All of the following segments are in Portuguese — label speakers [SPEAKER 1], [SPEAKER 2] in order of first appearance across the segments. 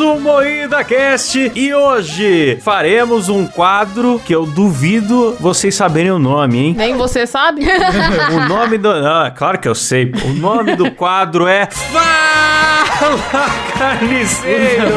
[SPEAKER 1] o um Moída Cast e hoje faremos um quadro que eu duvido vocês saberem o nome, hein?
[SPEAKER 2] Nem você sabe?
[SPEAKER 1] O nome do. Ah, claro que eu sei. O nome do quadro é. Fala Carniceiros!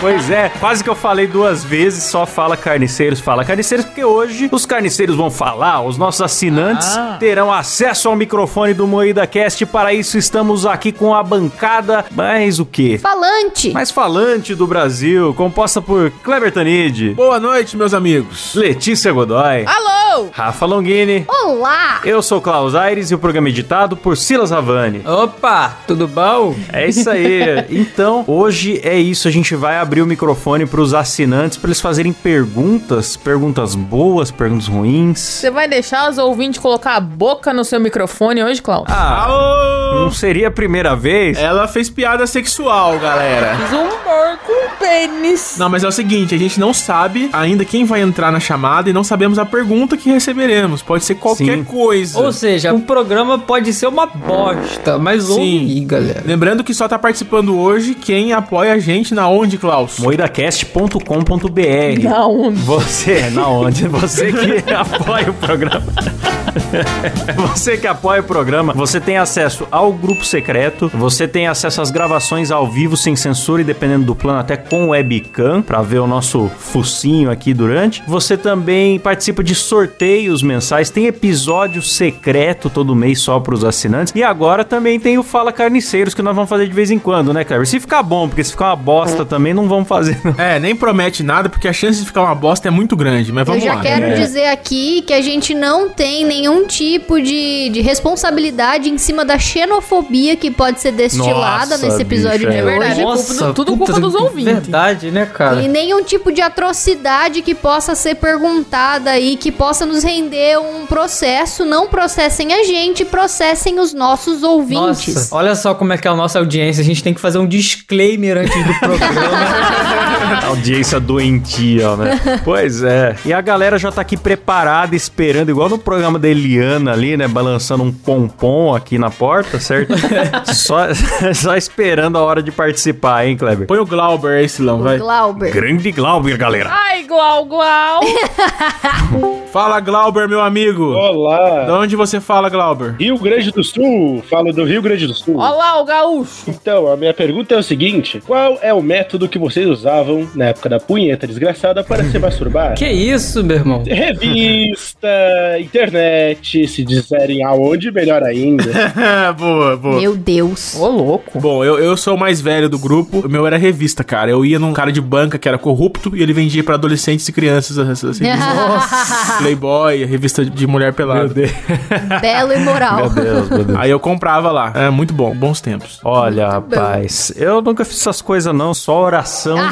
[SPEAKER 1] Pois é, quase que eu falei duas vezes, só fala carniceiros, fala carniceiros, porque hoje os carniceiros vão falar, os nossos assinantes
[SPEAKER 3] Ah.
[SPEAKER 1] terão acesso ao microfone do Moída Cast. Para isso, estamos aqui com a bancada, mas o quê?
[SPEAKER 2] Falante!
[SPEAKER 1] Mais falante do Brasil, composta por Kleber Tanide,
[SPEAKER 3] Boa noite, meus amigos.
[SPEAKER 1] Letícia Godoy,
[SPEAKER 2] Alô!
[SPEAKER 1] Rafa Longini.
[SPEAKER 2] Olá!
[SPEAKER 1] Eu sou o Klaus Aires e o programa é editado por Silas Havani.
[SPEAKER 3] Opa, tudo bom?
[SPEAKER 1] É isso aí. Então, hoje é isso. A gente vai abrir o microfone para os assinantes para eles fazerem perguntas, perguntas boas, perguntas ruins.
[SPEAKER 2] Você vai deixar os ouvintes colocar a boca no seu microfone hoje, Klaus?
[SPEAKER 1] Ah,
[SPEAKER 3] Aô!
[SPEAKER 1] não seria a primeira vez?
[SPEAKER 3] Ela fez piada sexual, galera.
[SPEAKER 2] Fiz um porco pênis.
[SPEAKER 3] Não, mas é o seguinte, a gente não sabe ainda quem vai entrar na chamada e não sabemos a pergunta que receberemos. Pode ser qualquer
[SPEAKER 1] Sim.
[SPEAKER 3] coisa.
[SPEAKER 4] Ou seja, o programa pode ser uma bosta, mas ouve aí, galera.
[SPEAKER 3] Lembrando que só tá participando hoje quem apoia a gente na Onde, Klaus?
[SPEAKER 1] Moidacast.com.br
[SPEAKER 2] Da onde?
[SPEAKER 1] Você, na onde? Você que apoia o programa. Você que apoia o programa, você tem acesso ao grupo secreto, você tem acesso às gravações ao vivo sem censura e dependendo do plano até com webcam pra ver o nosso focinho aqui durante. Você também participa de sorteios mensais, tem episódio secreto todo mês só pros assinantes e agora também tem o Fala Carniceiros que nós vamos fazer de vez em quando, né, Cleber? Se ficar bom, porque se ficar uma bosta também não vamos fazer. não.
[SPEAKER 3] É, nem promete nada porque a chance de ficar uma bosta é muito grande, mas
[SPEAKER 5] Eu
[SPEAKER 3] vamos
[SPEAKER 5] já
[SPEAKER 3] lá.
[SPEAKER 5] quero
[SPEAKER 3] né?
[SPEAKER 5] dizer aqui que a gente não tem nenhum tipo de, de responsabilidade em cima da xenofobia que pode ser destilada
[SPEAKER 1] Nossa,
[SPEAKER 5] nesse episódio
[SPEAKER 1] bicho,
[SPEAKER 5] de
[SPEAKER 1] é.
[SPEAKER 2] É verdade,
[SPEAKER 5] hoje.
[SPEAKER 2] é culpa, tudo culpa
[SPEAKER 4] puta,
[SPEAKER 2] dos ouvintes.
[SPEAKER 4] Verdade, né, cara?
[SPEAKER 5] E nenhum tipo de atrocidade que possa ser perguntada aí, que possa nos render um processo. Não processem a gente, processem os nossos ouvintes.
[SPEAKER 4] Nossa, olha só como é que é a nossa audiência. A gente tem que fazer um disclaimer antes do programa.
[SPEAKER 1] Audiência doentia, né? Pois é. E a galera já tá aqui preparada, esperando, igual no programa da Eliana ali, né? Balançando um pompom aqui na porta, certo? só, só esperando a hora de participar, hein, Kleber?
[SPEAKER 3] Põe o Glauber aí, Silão, vai.
[SPEAKER 5] Glauber.
[SPEAKER 1] Grande Glauber, galera.
[SPEAKER 2] Ai, Glau, Glau!
[SPEAKER 3] Fala, Glauber, meu amigo. De
[SPEAKER 6] Olá!
[SPEAKER 3] onde você fala, Glauber?
[SPEAKER 6] Rio Grande do Sul! Falo do Rio Grande do Sul.
[SPEAKER 2] Olá, o gaúcho!
[SPEAKER 6] Então, a minha pergunta é o seguinte: qual é o método que vocês usavam na época da punheta desgraçada para se masturbar?
[SPEAKER 4] que isso, meu irmão?
[SPEAKER 6] Revista, internet, se disserem aonde, melhor ainda.
[SPEAKER 3] boa, boa.
[SPEAKER 5] Meu Deus.
[SPEAKER 2] Ô, louco!
[SPEAKER 3] Bom, eu, eu sou o mais velho do grupo. O meu era revista, cara. Eu ia num cara de banca que era corrupto e ele vendia pra adolescentes e crianças. Assim, assim, Playboy, revista de mulher pelada.
[SPEAKER 5] Belo e moral.
[SPEAKER 1] Meu Deus, meu Deus.
[SPEAKER 3] Aí eu comprava lá. É muito bom, bons tempos.
[SPEAKER 1] Olha, rapaz, eu nunca fiz essas coisas não, só oração. né?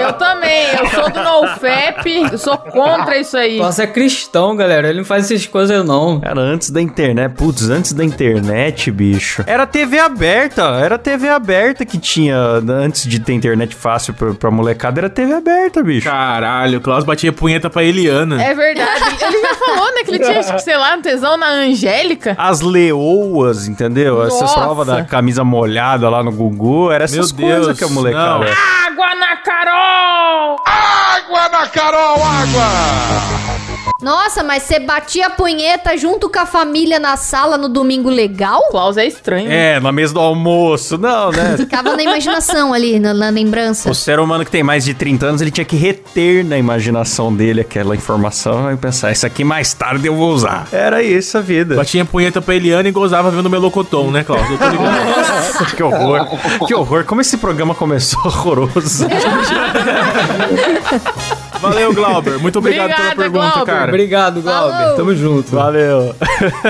[SPEAKER 2] Eu também, eu sou do NoFap, eu sou contra isso aí.
[SPEAKER 4] Nossa, é cristão, galera. Ele não faz essas coisas, não.
[SPEAKER 1] Era antes da internet, né? putz, antes da internet, bicho. Era TV aberta, era TV aberta que tinha, antes de ter internet fácil pra, pra molecada, era TV aberta, bicho.
[SPEAKER 3] Caralho, o Klaus batia punheta pra Eliana.
[SPEAKER 2] É verdade. Ele já falou, né, que ele tinha, sei lá, um tesão na Angélica.
[SPEAKER 1] As leoas, entendeu? Essas
[SPEAKER 2] Nossa.
[SPEAKER 1] provas da camisa molhada lá no Gugu, era essas
[SPEAKER 3] Meu
[SPEAKER 1] coisas
[SPEAKER 3] Deus,
[SPEAKER 1] que a molecada...
[SPEAKER 3] não.
[SPEAKER 2] Água na Carol!
[SPEAKER 5] Nossa, mas você batia a punheta junto com a família na sala no domingo legal?
[SPEAKER 2] Klaus é estranho. né?
[SPEAKER 1] É, na mesa do almoço, não, né?
[SPEAKER 5] Ficava na imaginação ali, na, na lembrança.
[SPEAKER 1] O ser humano que tem mais de 30 anos, ele tinha que reter na imaginação dele aquela informação e pensar, isso aqui mais tarde eu vou usar. Era isso a vida.
[SPEAKER 3] Batia punheta pra Eliana e gozava vendo Melocoton, né, Klaus? Eu tô ligado.
[SPEAKER 1] que horror. Que horror. Como esse programa começou horroroso.
[SPEAKER 3] Valeu, Glauber. Muito obrigado
[SPEAKER 2] Obrigada,
[SPEAKER 3] pela pergunta,
[SPEAKER 2] Glauber.
[SPEAKER 3] cara.
[SPEAKER 4] Obrigado, Glauber.
[SPEAKER 5] Falou.
[SPEAKER 4] Tamo junto.
[SPEAKER 1] Valeu.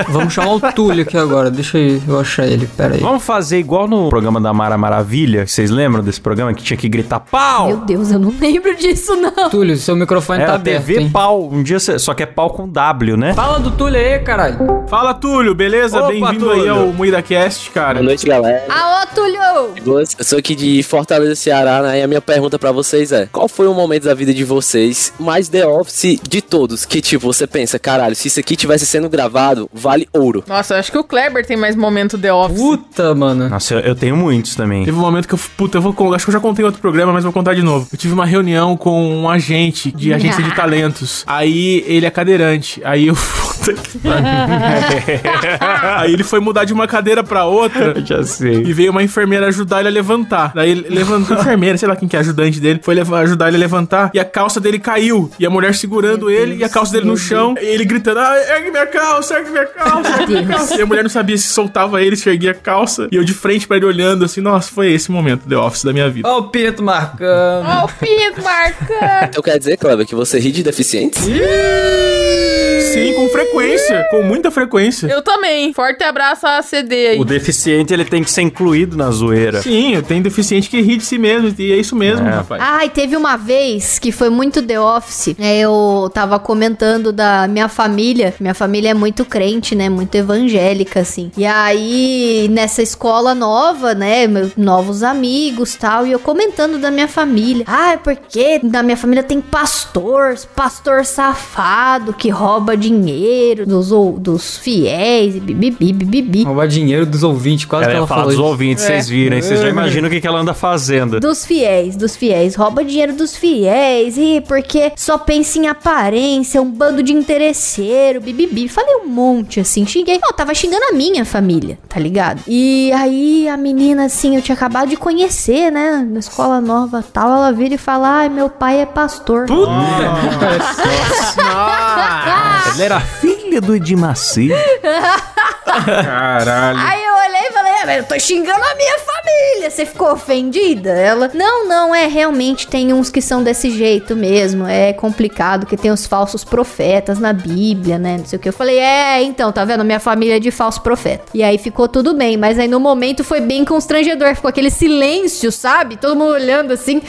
[SPEAKER 4] Vamos chamar o Túlio aqui agora. Deixa eu eu achar ele. Pera aí.
[SPEAKER 1] Vamos fazer igual no programa da Mara Maravilha. Vocês lembram desse programa que tinha que gritar
[SPEAKER 5] Meu
[SPEAKER 1] pau?
[SPEAKER 5] Deus, eu não lembro disso, não.
[SPEAKER 4] Túlio, seu microfone
[SPEAKER 1] Era
[SPEAKER 4] tá aberto,
[SPEAKER 1] TV
[SPEAKER 4] hein?
[SPEAKER 1] pau. Um dia cê- só que é pau com W, né?
[SPEAKER 4] Fala do Túlio aí, caralho.
[SPEAKER 3] Fala, Túlio, beleza?
[SPEAKER 1] Opa,
[SPEAKER 3] Bem-vindo aí
[SPEAKER 1] Túlio.
[SPEAKER 3] ao MuidaCast, cara.
[SPEAKER 7] Boa noite, galera.
[SPEAKER 5] Aô, Tulho!
[SPEAKER 7] Eu sou aqui de Fortaleza, Ceará, né? E a minha pergunta pra vocês é: qual foi o momento da vida de vocês vocês, mas The Office de todos, que tipo, você pensa, caralho, se isso aqui tivesse sendo gravado, vale ouro.
[SPEAKER 2] Nossa, eu acho que o Kleber tem mais momento The Office.
[SPEAKER 4] Puta, mano.
[SPEAKER 1] Nossa, eu, eu tenho muitos também.
[SPEAKER 3] Teve um momento que eu, puta, eu vou, con- acho que eu já contei em outro programa, mas vou contar de novo. Eu tive uma reunião com um agente de agência de talentos. Aí ele é cadeirante. Aí eu, puta que pariu. Aí ele foi mudar de uma cadeira pra outra.
[SPEAKER 1] Eu já sei.
[SPEAKER 3] E veio uma enfermeira ajudar ele a levantar. Daí ele levantou a enfermeira, sei lá quem que é ajudante dele, foi levar- ajudar ele a levantar e a calça dele caiu. E a mulher segurando ele e a calça dele no chão. E ele gritando: ah, ergue minha calça, ergue minha calça, ergue minha calça. E a mulher não sabia se soltava ele, se erguia a calça. E eu de frente pra ele olhando assim: nossa, foi esse momento, The Office da minha vida.
[SPEAKER 4] Ó o Pinto marcando.
[SPEAKER 2] Ó, o Pinto marcando.
[SPEAKER 7] Então quer dizer, Kleber, que você ri de deficientes?
[SPEAKER 3] Sim, com frequência, com muita frequência.
[SPEAKER 2] Eu também. Forte abraço à CD aí.
[SPEAKER 1] O deficiente, ele tem que ser incluído na zoeira.
[SPEAKER 3] Sim, eu tenho deficiente que ri de si mesmo, e é isso mesmo,
[SPEAKER 1] É.
[SPEAKER 3] rapaz.
[SPEAKER 5] Ai, teve uma vez que foi muito The Office. É, Eu tava comentando da minha família. Minha família é muito crente, né? Muito evangélica, assim. E aí, nessa escola nova, né? meu- Novos amigos tal. E eu comentando da minha família. Ah, é porque na minha família tem pastor, pastor safado que rouba dinheiro dos, ou- dos fiéis e bibibi, bibibi.
[SPEAKER 4] Roubar dinheiro dos ouvintes, quase
[SPEAKER 1] Ela
[SPEAKER 4] que
[SPEAKER 1] ia
[SPEAKER 4] ela
[SPEAKER 1] falar
[SPEAKER 4] falou
[SPEAKER 1] dos
[SPEAKER 4] isso. É.
[SPEAKER 1] ouvintes, vocês viram, hein? Vocês já imaginam o que, que ela anda fazendo.
[SPEAKER 5] Dos fiéis, dos fiéis. Rouba dinheiro dos fiéis. E porque só pensa em aparência, um bando de interesseiro, bibibi. Falei um monte assim, xinguei. Eu tava xingando a minha família, tá ligado? E aí a menina, assim, eu tinha acabado de conhecer, né? Na escola nova tal, ela vira e fala: Ai, meu pai é pastor. Ah,
[SPEAKER 1] Ela era filha do Edmaci.
[SPEAKER 3] Caralho.
[SPEAKER 5] Aí eu olhei e falei, "Ah, mas eu tô xingando a minha família, você ficou ofendida? Ela, não, não, é, realmente tem uns que são desse jeito mesmo, é complicado, que tem os falsos profetas na Bíblia, né, não sei o que. Eu falei, é, então, tá vendo, minha família é de falso profeta. E aí ficou tudo bem, mas aí no momento foi bem constrangedor, ficou aquele silêncio, sabe? Todo mundo olhando assim...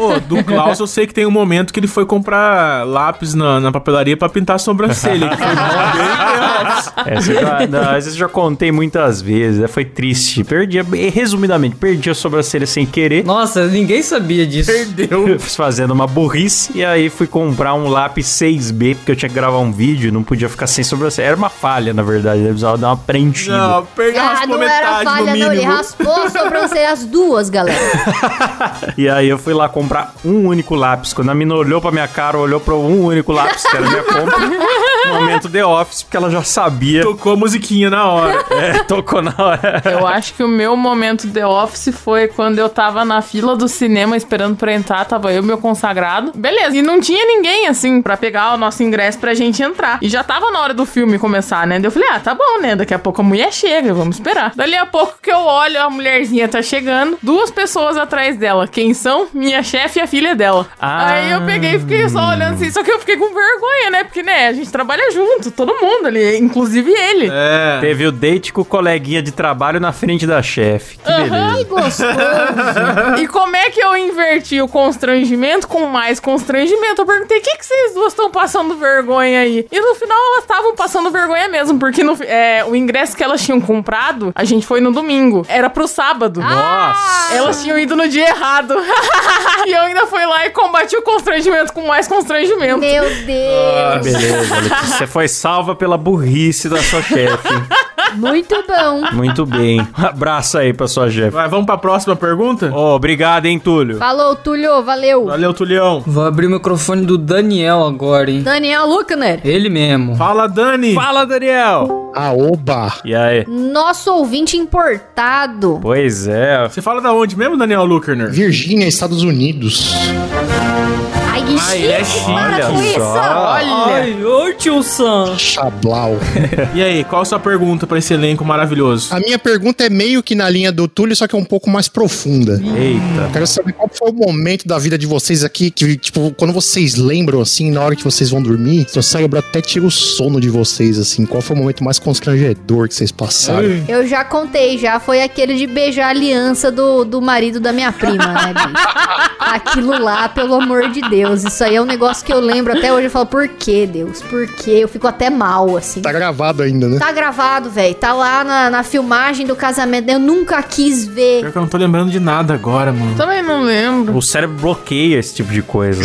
[SPEAKER 3] Ô, do Klaus eu sei que tem um momento que ele foi comprar lápis na, na papelaria pra pintar a sobrancelha. Que foi mal dele, né?
[SPEAKER 1] Essa eu É, já, não, essa eu já contei muitas vezes. né? Foi triste. Perdi, a- resumidamente, perdi a sobrancelha sem querer.
[SPEAKER 4] Nossa, ninguém sabia disso.
[SPEAKER 1] Eu fiz fazendo uma burrice e aí fui comprar um lápis 6B, porque eu tinha que gravar um vídeo, não podia ficar sem sobrancelha. Era uma falha, na verdade, né? eu precisava dar uma preenchida.
[SPEAKER 3] Não, perdeu
[SPEAKER 5] Ah, não era falha não, ele raspou a sobrancelha as duas, galera.
[SPEAKER 1] E aí eu fui lá comprar um único lápis. Quando a mina olhou pra minha cara, olhou pra um único lápis, que era minha compra. No momento The Office, porque ela já sabia.
[SPEAKER 3] Tocou a musiquinha na hora.
[SPEAKER 1] É, tocou na hora.
[SPEAKER 2] Eu acho que o meu momento The Office foi quando eu tava na fila do cinema esperando pra entrar, tava eu e meu consagrado. Beleza, e não tinha ninguém assim pra pegar o nosso ingresso pra gente entrar. E já tava na hora do filme começar, né? Daí eu falei, ah, tá bom, né? Daqui a pouco a mulher chega, vamos esperar. Dali a pouco que eu olho, a mulherzinha tá chegando, duas pessoas atrás dela. Quem são? Minha chefe e a filha dela.
[SPEAKER 1] Ah.
[SPEAKER 2] Aí eu peguei e fiquei só olhando assim, só que eu fiquei com vergonha, né? Porque, né, a gente trabalha junto, todo mundo ali, inclusive ele.
[SPEAKER 3] É.
[SPEAKER 1] Teve o date com o coleguinha de trabalho na frente da chefe. Que beleza.
[SPEAKER 5] Que gostoso.
[SPEAKER 2] E como é que eu inverti o constrangimento com mais constrangimento? Eu perguntei, o que, que vocês duas estão passando vergonha aí? E no final elas estavam passando vergonha mesmo, porque no, fi- é, o ingresso que elas tinham comprado, a gente foi no domingo. Era pro sábado. Ah!
[SPEAKER 1] Nossa!
[SPEAKER 2] Elas tinham ido no dia errado. e eu ainda fui lá e combati o constrangimento com mais constrangimento.
[SPEAKER 5] Meu Deus.
[SPEAKER 1] Que beleza, Letícia. Você foi salva pela burrice da sua chefe.
[SPEAKER 5] Muito bom.
[SPEAKER 1] Muito bem. Um abraço aí pra sua chefe.
[SPEAKER 3] Vai, vamos pra próxima pergunta?
[SPEAKER 1] Ô, obrigado, hein, Túlio.
[SPEAKER 5] Falou, Túlio, valeu.
[SPEAKER 3] Valeu, Tulião.
[SPEAKER 4] Vou abrir o microfone do Daniel agora, hein?
[SPEAKER 5] Daniel Lucner.
[SPEAKER 4] Ele mesmo.
[SPEAKER 3] Fala, Dani.
[SPEAKER 1] Fala, Daniel.
[SPEAKER 8] Aoba!
[SPEAKER 1] E aí?
[SPEAKER 5] Nosso ouvinte importado.
[SPEAKER 1] Pois é.
[SPEAKER 3] Você fala da onde mesmo, Daniel Lukerner?
[SPEAKER 8] Virgínia, Estados Unidos.
[SPEAKER 5] Ai, que chique.
[SPEAKER 3] é
[SPEAKER 1] Olha
[SPEAKER 5] Para com
[SPEAKER 1] só.
[SPEAKER 5] isso.
[SPEAKER 2] Olha,
[SPEAKER 4] ô tio Sam.
[SPEAKER 8] Chablau.
[SPEAKER 3] E aí, qual a sua pergunta pra esse elenco maravilhoso?
[SPEAKER 8] A minha pergunta é meio que na linha do Túlio, só que é um pouco mais profunda.
[SPEAKER 1] Eita.
[SPEAKER 8] Quero saber qual foi o momento da vida de vocês aqui que, tipo, quando vocês lembram, assim, na hora que vocês vão dormir, seu cérebro até tira o sono de vocês, assim. Qual foi o momento mais constrangedor que vocês passaram?
[SPEAKER 5] Eu já contei, já foi aquele de beijar a aliança do, do marido da minha prima, né, bicho? Aquilo lá, pelo amor de Deus. Deus, isso aí é um negócio que eu lembro até hoje. Eu falo, por que, Deus? Por que? Eu fico até mal, assim.
[SPEAKER 8] Tá gravado ainda, né?
[SPEAKER 5] Tá gravado, velho. Tá lá na, na filmagem do casamento. Eu nunca quis ver.
[SPEAKER 3] Pior que eu não tô lembrando de nada agora, mano.
[SPEAKER 2] Também não lembro.
[SPEAKER 1] O cérebro bloqueia esse tipo de coisa.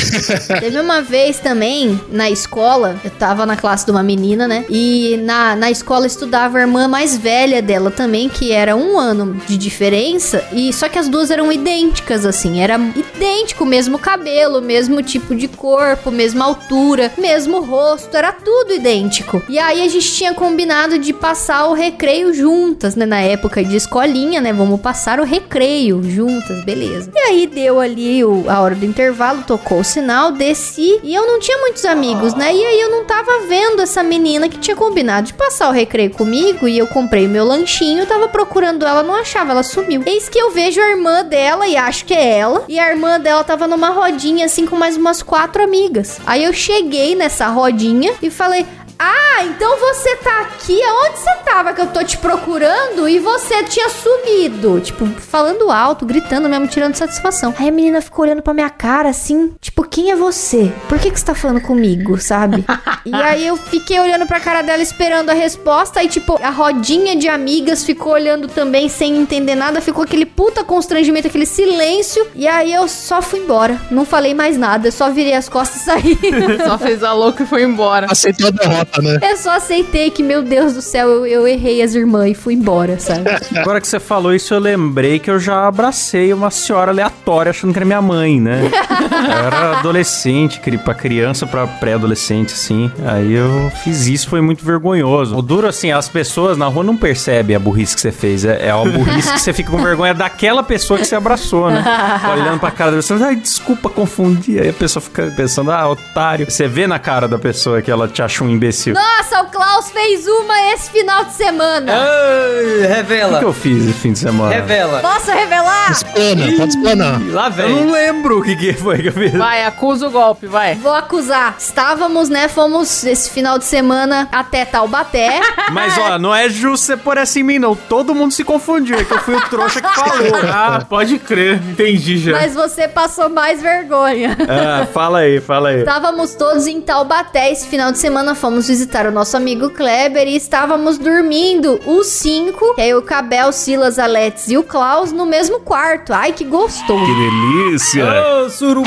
[SPEAKER 5] Teve uma vez também, na escola, eu tava na classe de uma menina, né? E na, na escola estudava a irmã mais velha dela também, que era um ano de diferença. E só que as duas eram idênticas, assim. Era idêntico, mesmo cabelo, mesmo tipo de corpo, mesma altura, mesmo rosto. Era tudo idêntico. E aí a gente tinha combinado de passar o recreio juntas, né? Na época de escolinha, né? Vamos passar o recreio juntas, beleza. E aí deu ali o- a hora do intervalo, tocou o sinal, desci e eu não tinha muitos amigos, né? E aí eu não tava vendo essa menina que tinha combinado de passar o recreio comigo e eu comprei meu lanchinho, tava procurando ela, não achava, ela sumiu. Eis que eu vejo a irmã dela e acho que é ela. E a irmã dela tava numa rodinha assim com mais umas quatro amigas. Aí eu cheguei nessa rodinha e falei: ah, então você tá aqui. Onde você tava que eu tô te procurando e você tinha sumido? Tipo, falando alto, gritando mesmo, tirando satisfação. Aí a menina ficou olhando pra minha cara assim, tipo, quem é você? Por que, que você tá falando comigo, sabe? e aí eu fiquei olhando pra cara dela esperando a resposta. Aí, tipo, a rodinha de amigas ficou olhando também sem entender nada. Ficou aquele puta constrangimento, aquele silêncio. E aí eu só fui embora. Não falei mais nada, eu só virei as costas e saí.
[SPEAKER 2] Só fez a louca e foi embora.
[SPEAKER 8] Aceitou a derrota, né?
[SPEAKER 5] Eu só aceitei que, meu Deus do céu, eu, eu errei as irmãs e fui embora, sabe?
[SPEAKER 1] Agora que você falou isso, eu lembrei que eu já abracei uma senhora aleatória achando que era minha mãe, né? eu era adolescente, cri- pra criança, pra pré-adolescente, assim. Aí eu fiz isso, foi muito vergonhoso. O duro, assim, as pessoas na rua não percebem a burrice que você fez. É, é uma burrice que você fica com vergonha daquela pessoa que você abraçou, né? Olhando pra cara da pessoa, ai, desculpa confundir. Aí a pessoa fica pensando, ah, otário. Você vê na cara da pessoa que ela te acha um imbecil.
[SPEAKER 5] Nossa, o Klaus fez uma esse final de semana.
[SPEAKER 4] Ai,
[SPEAKER 1] O que
[SPEAKER 4] revela.
[SPEAKER 1] eu fiz esse fim de semana?
[SPEAKER 4] Revela.
[SPEAKER 5] Posso revelar?
[SPEAKER 8] Explana, pode explanar.
[SPEAKER 4] Lá
[SPEAKER 1] Eu não
[SPEAKER 4] vem.
[SPEAKER 1] lembro o que, que foi que eu fiz.
[SPEAKER 2] Vai, acusa o golpe, vai.
[SPEAKER 5] Vou acusar. Estávamos, né? Fomos esse final de semana até Taubaté.
[SPEAKER 1] Mas, ó, não é justo você pôr essa em mim, não. Todo mundo se confundiu. É que eu fui o trouxa que falou.
[SPEAKER 3] Ah, pode crer. Entendi já.
[SPEAKER 5] mas você passou mais vergonha.
[SPEAKER 1] ah, fala aí, fala aí.
[SPEAKER 5] Estávamos todos em Taubaté esse final de semana, fomos visitar o nosso amigo Kleber e estávamos dormindo, os cinco, que é eu, Cabel, Silas, Alex e o Klaus, no mesmo quarto. Ai, que gostoso.
[SPEAKER 1] delícia.
[SPEAKER 4] Ô, surubão.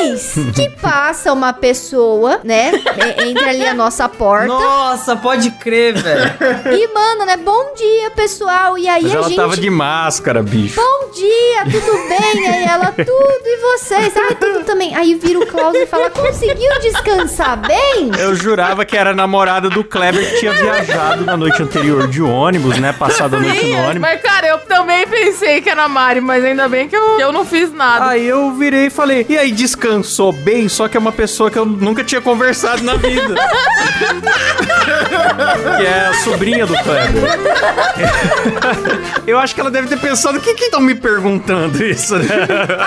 [SPEAKER 5] Eis que passa uma pessoa, né? e- Entra ali a nossa porta
[SPEAKER 4] Nossa, pode crer, velho.
[SPEAKER 5] e manda, né? Bom dia, pessoal. E aí
[SPEAKER 1] Mas
[SPEAKER 5] a
[SPEAKER 1] ela
[SPEAKER 5] gente.
[SPEAKER 1] tava de máscara, bicho.
[SPEAKER 5] Bom dia, tudo bem? Aí ela, tudo, e vocês? Ah, tudo também. Aí vira o Klaus e fala: conseguiu descansar bem?
[SPEAKER 1] Eu jurava que era a namorada do Kleber que tinha viajado na noite anterior de ônibus, né? Passado a noite no ônibus.
[SPEAKER 2] Mas, cara, eu também pensei que era a Mari, mas ainda bem que eu, eu não fiz nada.
[SPEAKER 1] Aí eu virei e falei, e aí, descansou bem? Só que é uma pessoa que eu nunca tinha conversado na vida. que é a sobrinha do Kleber. eu acho que ela deve ter pensado, o que que estão me perguntando isso, né?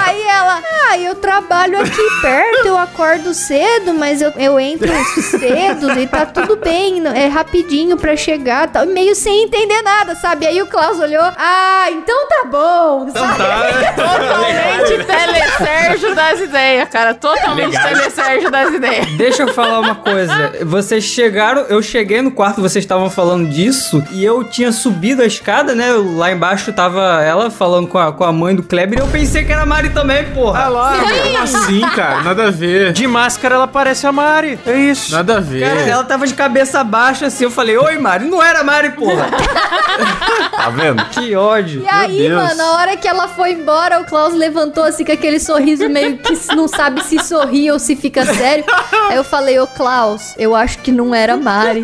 [SPEAKER 5] Aí ela, ah, eu trabalho aqui perto, eu acordo cedo, mas eu, eu entro cedo e tá tudo bem, não- é rapidinho pra chegar, tal, meio sem entender nada, sabe? Aí o Klaus olhou, ah, então tá bom, sabe?
[SPEAKER 2] Totalmente telesérgio das ideias, cara. Totalmente telesérgio das ideias.
[SPEAKER 4] Deixa eu falar uma coisa. Vocês chegaram, eu cheguei no quarto, vocês estavam falando disso, e eu tinha subido a escada, né? Lá embaixo tava ela falando com a, com a mãe do Kleber, e eu pensei que era a Mari também, porra.
[SPEAKER 3] Como assim, cara? Nada a ver.
[SPEAKER 1] Ah, De máscara ela parece a Mari. É isso.
[SPEAKER 3] Nada a ver.
[SPEAKER 4] Cara, ela tava de cabeça baixa assim, eu falei, oi Mari, não era a Mari, porra.
[SPEAKER 1] Tá vendo?
[SPEAKER 4] que ódio.
[SPEAKER 5] E aí,
[SPEAKER 3] Deus.
[SPEAKER 5] mano, a hora que ela foi embora, o Klaus levantou assim com aquele sorriso meio que se- não sabe se sorri ou se fica sério. Aí eu falei, ô Klaus, eu acho que não era Mari.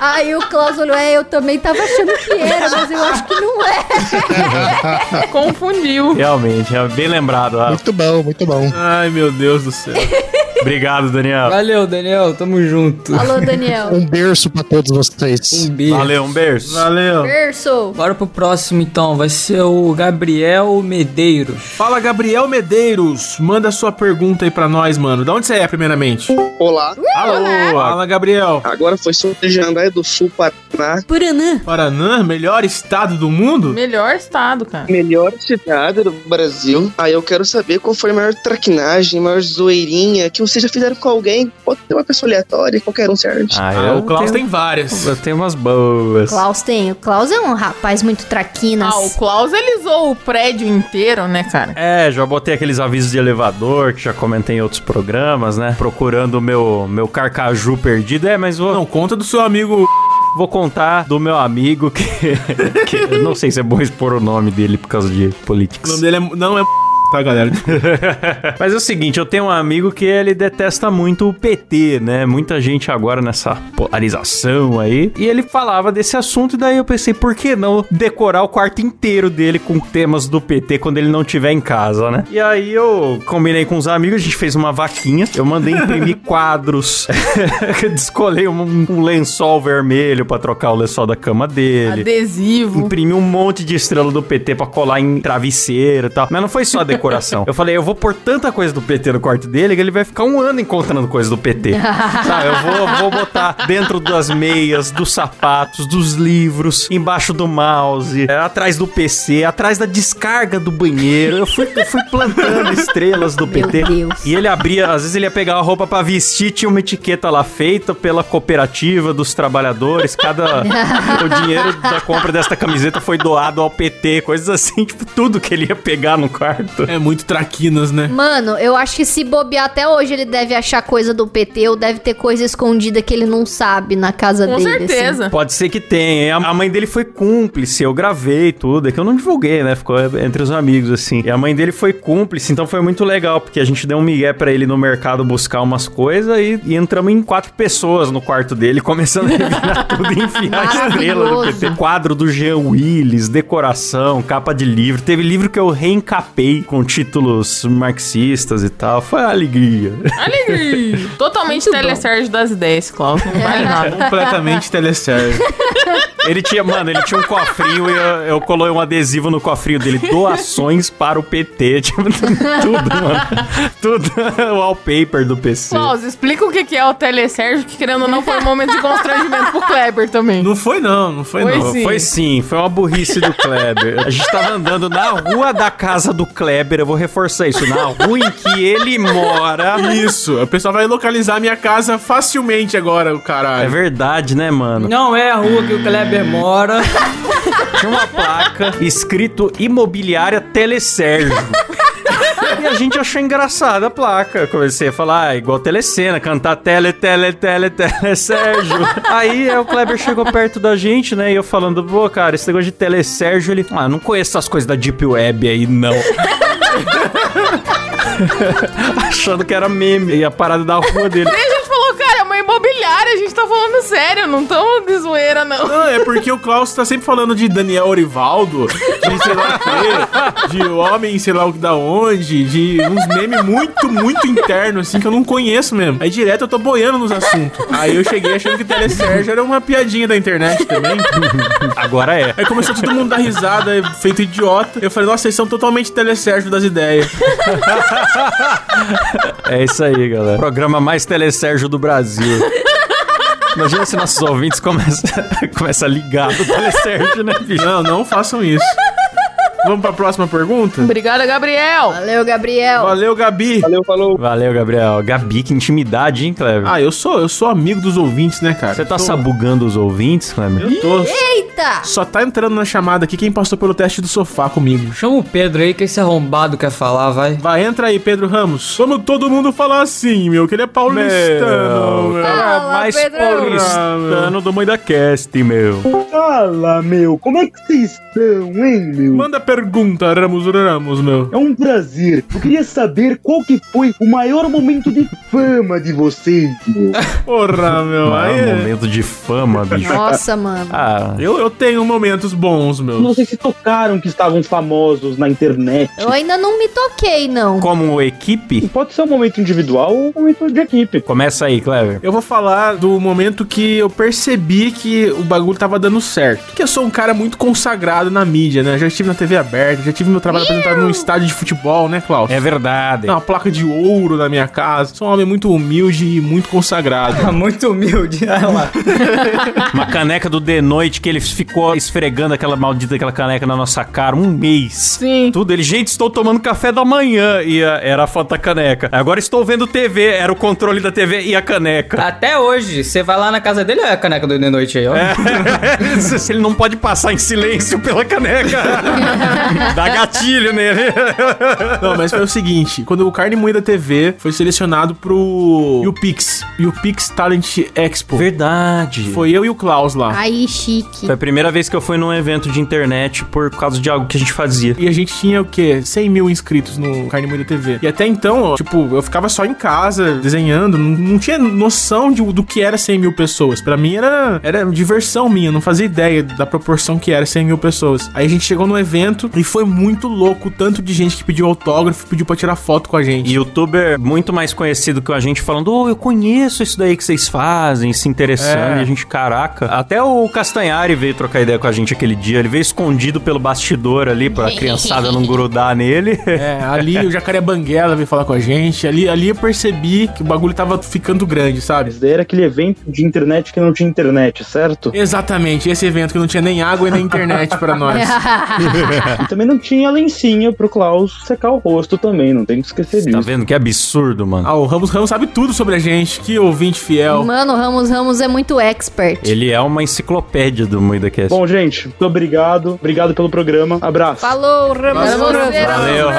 [SPEAKER 5] aí o Klaus olhou, é, eu também tava achando que era, mas eu acho que não é.
[SPEAKER 2] Confundiu.
[SPEAKER 1] Realmente, é bem lembrado. ah.
[SPEAKER 8] Muito bom, muito bom.
[SPEAKER 3] Ai, meu Deus do céu.
[SPEAKER 1] Obrigado, Daniel.
[SPEAKER 4] Valeu, Daniel. Tamo junto.
[SPEAKER 5] Alô, Daniel.
[SPEAKER 8] Um berço pra todos vocês.
[SPEAKER 4] Um beijo.
[SPEAKER 1] Valeu, um beijo.
[SPEAKER 3] Valeu.
[SPEAKER 5] Verso.
[SPEAKER 4] Bora pro próximo, então. Vai ser o Gabriel Medeiros.
[SPEAKER 3] Fala, Gabriel Medeiros. Manda sua pergunta aí pra nós, mano. Da onde você é, primeiramente?
[SPEAKER 9] Olá.
[SPEAKER 3] Alô. Fala, Gabriel.
[SPEAKER 9] Agora foi sobre Jandaia do Sul, Paraná.
[SPEAKER 5] Puranã.
[SPEAKER 3] Paraná, melhor estado do mundo?
[SPEAKER 2] Melhor estado, cara.
[SPEAKER 9] Melhor cidade do Brasil. Aí eu quero saber qual foi a maior traquinagem, a maior zoeirinha que vocês já fizeram com alguém. Pode ser uma pessoa aleatória, qualquer um serve.
[SPEAKER 1] Ah,
[SPEAKER 3] Ah,
[SPEAKER 1] eu
[SPEAKER 3] o Klaus
[SPEAKER 1] tenho,
[SPEAKER 3] tem várias.
[SPEAKER 1] Eu tenho umas boas.
[SPEAKER 5] Klaus tem. O Klaus é um rapaz muito traquinas.
[SPEAKER 2] Ah, o Klaus ele zoou o prédio inteiro, né, cara?
[SPEAKER 1] É, já botei aqueles avisos de elevador que já comentei em outros programas, né? Procurando o meu, meu carcaju perdido. É, mas vou,
[SPEAKER 3] Não, conta do seu amigo.
[SPEAKER 1] vou contar do meu amigo que. que eu não sei se é bom expor o nome dele por causa de
[SPEAKER 3] O nome
[SPEAKER 1] politics.
[SPEAKER 3] dele é, não é. Tá, galera?
[SPEAKER 1] Mas é o seguinte, eu tenho um amigo que ele detesta muito o PT, né? Muita gente agora nessa polarização aí. E ele falava desse assunto, e daí eu pensei, por que não decorar o quarto inteiro dele com temas do PT quando ele não tiver em casa, né? E aí eu combinei com os amigos, a gente fez uma vaquinha, eu mandei imprimir quadros, descolei um, um lençol vermelho pra trocar o lençol da cama dele.
[SPEAKER 2] Adesivo.
[SPEAKER 1] Imprimi um monte de estrela do PT pra colar em travesseiro e tal. Mas não foi só a decoração. eu falei, eu vou pôr tanta coisa do PT no quarto dele que ele vai ficar um ano encontrando coisa do PT. Sabe, eu vou, vou botar dentro das meias, dos sapatos, dos livros, embaixo do mouse, é, atrás do PC, atrás da descarga do banheiro. Eu fui, eu fui plantando estrelas do
[SPEAKER 5] Meu
[SPEAKER 1] PT.
[SPEAKER 5] Deus.
[SPEAKER 1] E ele abria, às vezes ele ia pegar a roupa pra vestir, tinha uma etiqueta lá feita pela cooperativa dos trabalhadores, cada o dinheiro da compra desta camiseta foi doado ao PT, coisas assim, tipo tudo que ele ia pegar no quarto.
[SPEAKER 3] É muito traquinas, né?
[SPEAKER 5] Mano, eu acho que se bobear até hoje ele deve achar coisa do PT ou deve ter coisa escondida que ele não sabe na casa
[SPEAKER 2] Com
[SPEAKER 5] dele. assim.
[SPEAKER 2] certeza.
[SPEAKER 1] Pode ser que tenha. hein? A a mãe dele foi cúmplice, eu gravei tudo, é que eu não divulguei, né? Ficou entre os amigos, assim. E a mãe dele foi cúmplice, então foi muito legal, porque a gente deu um migué pra ele no mercado buscar umas coisas e, e entramos em quatro pessoas no quarto dele, começando a revirar tudo e enfiar a estrela do PT.
[SPEAKER 5] Maravilhoso.
[SPEAKER 1] Quadro do Jean Willis, decoração, capa de livro. Teve livro que eu reencapei com títulos marxistas e tal. Foi uma alegria.
[SPEAKER 2] Alegria. Totalmente
[SPEAKER 5] Muito bom. É.
[SPEAKER 2] telesérgio das ideias, Klaus. Não vale nada.
[SPEAKER 3] Completamente teleserve.
[SPEAKER 1] Ele tinha, mano, ele tinha um cofrinho e eu, eu colei um adesivo no cofrinho dele. Doações para o PT. Tipo, tudo, mano. Tudo. O wallpaper do PC.
[SPEAKER 2] Klaus, explica o que que é o telesérgio, que querendo ou não foi um momento de constrangimento pro Kleber também.
[SPEAKER 3] Não foi, não, não foi,
[SPEAKER 2] Foi
[SPEAKER 3] não.
[SPEAKER 2] sim.
[SPEAKER 1] Foi sim, foi uma burrice do Kleber. A gente tava andando na rua da casa do Kleber, eu vou reforçar isso, na rua em que ele mora.
[SPEAKER 3] Isso, o pessoal vai localizar minha casa facilmente agora, o
[SPEAKER 1] É
[SPEAKER 3] caralho.
[SPEAKER 1] verdade, né, mano?
[SPEAKER 4] Não é a rua que o Kleber mora.
[SPEAKER 1] Tinha uma placa escrito Imobiliária Telesérgio. E a gente achou engraçada a placa. Eu Comecei a falar, ah, igual telecena, cantar tele, tele, tele, tele, Sérgio. Aí é, o Kleber chegou perto da gente, né? E eu falando, pô, cara, esse negócio de tele, Sérgio, ele. Ah, não conheço essas coisas da Deep Web aí, não. Achando que era meme e a parada da rua dele.
[SPEAKER 2] Aí a gente falou, cara, é uma imobiliária, a gente tá falando sério, não tão de zoeira, não.
[SPEAKER 3] Não, é porque o Klaus tá sempre falando de Daniel Orivaldo, de sei lá o quê, de homem, sei lá o que da onde, de uns memes muito, muito internos, assim, que eu não conheço mesmo. Aí direto eu tô boiando nos assuntos. Aí eu cheguei achando que Telesérgio era uma piadinha da internet também.
[SPEAKER 1] Agora é.
[SPEAKER 3] Aí começou todo mundo a dar risada, é feito idiota. Eu falei, nossa, vocês são totalmente Telesérgio das ideias.
[SPEAKER 1] É isso aí, galera. Programa mais Telesérgio do Brasil. Imagina se nossos ouvintes começam começa a ligar do Telesérgio, né, bicho?
[SPEAKER 3] Não, não façam isso. Vamos pra próxima pergunta?
[SPEAKER 2] Obrigada, Gabriel.
[SPEAKER 5] Valeu, Gabriel.
[SPEAKER 3] Valeu, Gabi.
[SPEAKER 9] Valeu, falou.
[SPEAKER 1] Valeu, Gabriel. Gabi, que intimidade, hein, Kleber?
[SPEAKER 3] Ah, eu sou, eu sou amigo dos ouvintes, né, cara?
[SPEAKER 1] Você tá
[SPEAKER 3] Tô-
[SPEAKER 1] sabugando os ouvintes, Kleber?
[SPEAKER 3] Eu tô.
[SPEAKER 5] Eita!
[SPEAKER 3] Só tá entrando na chamada aqui quem passou pelo teste do sofá comigo.
[SPEAKER 4] Chama o Pedro aí, que esse arrombado quer falar, vai.
[SPEAKER 3] Vai, entra aí, Pedro Ramos. Vamos todo mundo falar assim, meu, que ele é paulistano.
[SPEAKER 1] Meu,
[SPEAKER 3] meu. é
[SPEAKER 1] cara,
[SPEAKER 5] Fala,
[SPEAKER 1] mais
[SPEAKER 5] Pedrão.
[SPEAKER 1] paulistano do Mãe da Cast, meu.
[SPEAKER 9] Fala, meu. Como é que vocês estão, hein, meu?
[SPEAKER 3] Manda pergunta, Ramos Ramos, meu.
[SPEAKER 10] É um prazer. Eu queria saber qual que foi o maior momento de fama de vocês, meu.
[SPEAKER 3] Porra, meu.
[SPEAKER 1] Ah,
[SPEAKER 3] Aí é-
[SPEAKER 1] momento de fama, bicho.
[SPEAKER 5] Nossa, mano.
[SPEAKER 1] Ah,
[SPEAKER 3] eu, eu tenho momentos bons, meu.
[SPEAKER 10] Vocês se tocaram que estavam famosos na internet.
[SPEAKER 5] Eu ainda não me toquei, não.
[SPEAKER 1] como equipe,
[SPEAKER 10] Pode ser um momento individual ou um momento de equipe.
[SPEAKER 1] começa aí, Clever.
[SPEAKER 3] Eu vou falar do momento que eu percebi que o bagulho tava dando certo. Que eu sou um cara muito consagrado na mídia, né? Já estive na TV aberta, já tive meu trabalho apresentado num estádio de futebol, né, Klaus?
[SPEAKER 1] É verdade.
[SPEAKER 3] Tem Uma placa de ouro na minha casa. Sou um homem muito humilde e muito consagrado.
[SPEAKER 4] Tá muito humilde. né, Olha lá.
[SPEAKER 1] Uma caneca do The Noite que ele ficou esfregando aquela maldita aquela caneca na nossa cara um mês.
[SPEAKER 2] Sim.
[SPEAKER 1] Tudo, ele, gente, estou tomando café da manhã. E a- era a foto da caneca. Agora estou vendo TV, era o controle da TV e a caneca.
[SPEAKER 4] Até hoje, você vai lá na casa dele, olha a caneca do de noite aí, ó.
[SPEAKER 1] Se ele não pode passar em silêncio pela caneca. Dá gatilho nele.
[SPEAKER 3] Não, mas foi o seguinte: quando o Carne Moída TV foi selecionado pro YouPix, YouPix Talent Expo.
[SPEAKER 1] Verdade. Foi.
[SPEAKER 3] Foi eu e o Klaus lá.
[SPEAKER 5] Aí, chique.
[SPEAKER 1] Foi a primeira vez que eu fui num evento de internet por causa de algo que a gente fazia.
[SPEAKER 3] E a gente tinha o quê? 100 mil inscritos no Carne Moída TV. E até então, ó, tipo, eu ficava só em casa, desenhando, não, não tinha noção de- do que era 100 mil pessoas. Pra mim era, era diversão minha, não fazia ideia da proporção que era 100 mil pessoas. Aí a gente chegou no evento e foi muito louco o tanto de gente que pediu autógrafo, pediu pra tirar foto com a gente.
[SPEAKER 1] Youtuber muito mais conhecido que a gente falando, ô, eu conheço isso daí que vocês fazem, se interessando,
[SPEAKER 3] É.
[SPEAKER 1] e a gente, caraca. Até o Castanhari veio trocar ideia com a gente aquele dia, ele veio escondido pelo bastidor ali pra criançada não grudar nele.
[SPEAKER 3] É, ali o Jacaré Banguela veio falar com a gente. Ali, ali eu percebi que o bagulho tava ficando grande, sabe?
[SPEAKER 10] Mas daí era aquele evento de internet que não tinha internet, certo?
[SPEAKER 3] Exatamente, esse evento que não tinha nem água e nem internet pra nós.
[SPEAKER 1] É.
[SPEAKER 10] E também não tinha lencinho pro Klaus secar o rosto também, não tem que esquecer
[SPEAKER 1] Tá
[SPEAKER 10] disso.
[SPEAKER 1] vendo que absurdo, mano?
[SPEAKER 3] Ah, o Ramos Ramos sabe tudo sobre a gente. Que ouvinte fiel.
[SPEAKER 5] Mano, o Ramos Ramos é muito expert.
[SPEAKER 1] Ele é uma enciclopédia do MuidaCast.
[SPEAKER 10] Bom, gente, muito obrigado. Obrigado pelo programa. Abraço.
[SPEAKER 5] Falou, Ramos
[SPEAKER 2] Valeu,
[SPEAKER 5] Ramos.
[SPEAKER 1] Valeu, Ramos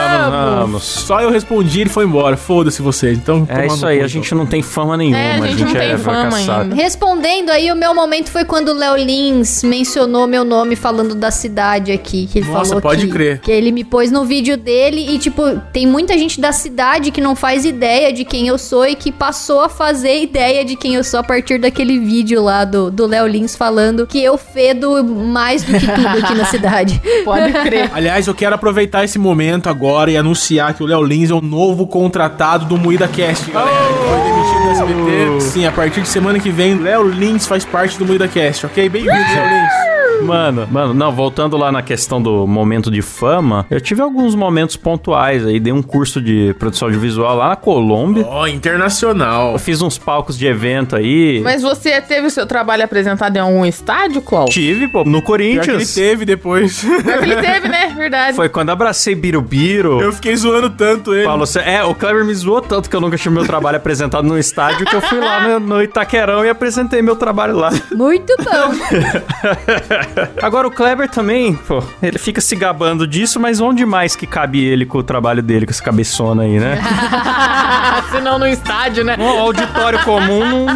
[SPEAKER 1] Ramos.
[SPEAKER 3] Só eu respondi, ele foi embora. Foda-se vocês. Então,
[SPEAKER 1] É isso aí, a gente não tem fama nenhuma,
[SPEAKER 2] É,
[SPEAKER 1] a gente,
[SPEAKER 2] não
[SPEAKER 1] é
[SPEAKER 2] tem fama
[SPEAKER 1] fracassado.
[SPEAKER 2] ainda.
[SPEAKER 5] Respondendo aí, o meu momento foi quando o Léo Lins mencionou meu nome falando da cidade aqui. Que ele
[SPEAKER 3] Nossa,
[SPEAKER 5] falou
[SPEAKER 3] pode
[SPEAKER 5] que,
[SPEAKER 3] crer.
[SPEAKER 5] que ele me pôs no vídeo dele e, tipo, tem muita gente da cidade que não faz ideia de quem eu sou e que passou a fazer ideia de quem eu sou a partir daquele vídeo lá do do Léo Lins falando que eu fedo mais do que tudo aqui na cidade.
[SPEAKER 2] Pode crer.
[SPEAKER 3] Aliás, eu quero aproveitar esse momento agora e anunciar que o Léo Lins é o novo contratado do Moída Cast, galera. Ele foi demitido do
[SPEAKER 1] Oh.
[SPEAKER 3] SBT. Sim, a partir de semana que vem, Léo Lins faz parte do Moída Cast, ok? Bem-vindo, Léo Lins.
[SPEAKER 1] Uhum. Mano, mano, não, voltando lá na questão do momento de fama, eu tive alguns momentos pontuais aí, dei um curso de produção audiovisual lá na Colômbia.
[SPEAKER 3] Ó, internacional.
[SPEAKER 1] Eu fiz uns palcos de evento aí.
[SPEAKER 2] Mas você teve o seu trabalho apresentado em algum estádio, Klaus?
[SPEAKER 1] Tive, pô, no
[SPEAKER 3] Pior que ele
[SPEAKER 1] Corinthians.
[SPEAKER 3] teve depois.
[SPEAKER 2] Pior que ele teve, né? Verdade.
[SPEAKER 1] Foi quando abracei Birubiru.
[SPEAKER 3] Eu fiquei zoando tanto ele.
[SPEAKER 1] Paulo, Cé- é, o Kleber me zoou tanto que eu nunca tive meu trabalho apresentado no estádio que eu fui lá no, no Itaquerão e apresentei meu trabalho lá.
[SPEAKER 5] Muito bom.
[SPEAKER 1] Agora o Kleber também, pô, ele fica se gabando disso, mas onde mais que cabe ele com o trabalho dele, com essa cabeçona aí, né?
[SPEAKER 2] Se não no estádio, né?
[SPEAKER 1] Um auditório comum não.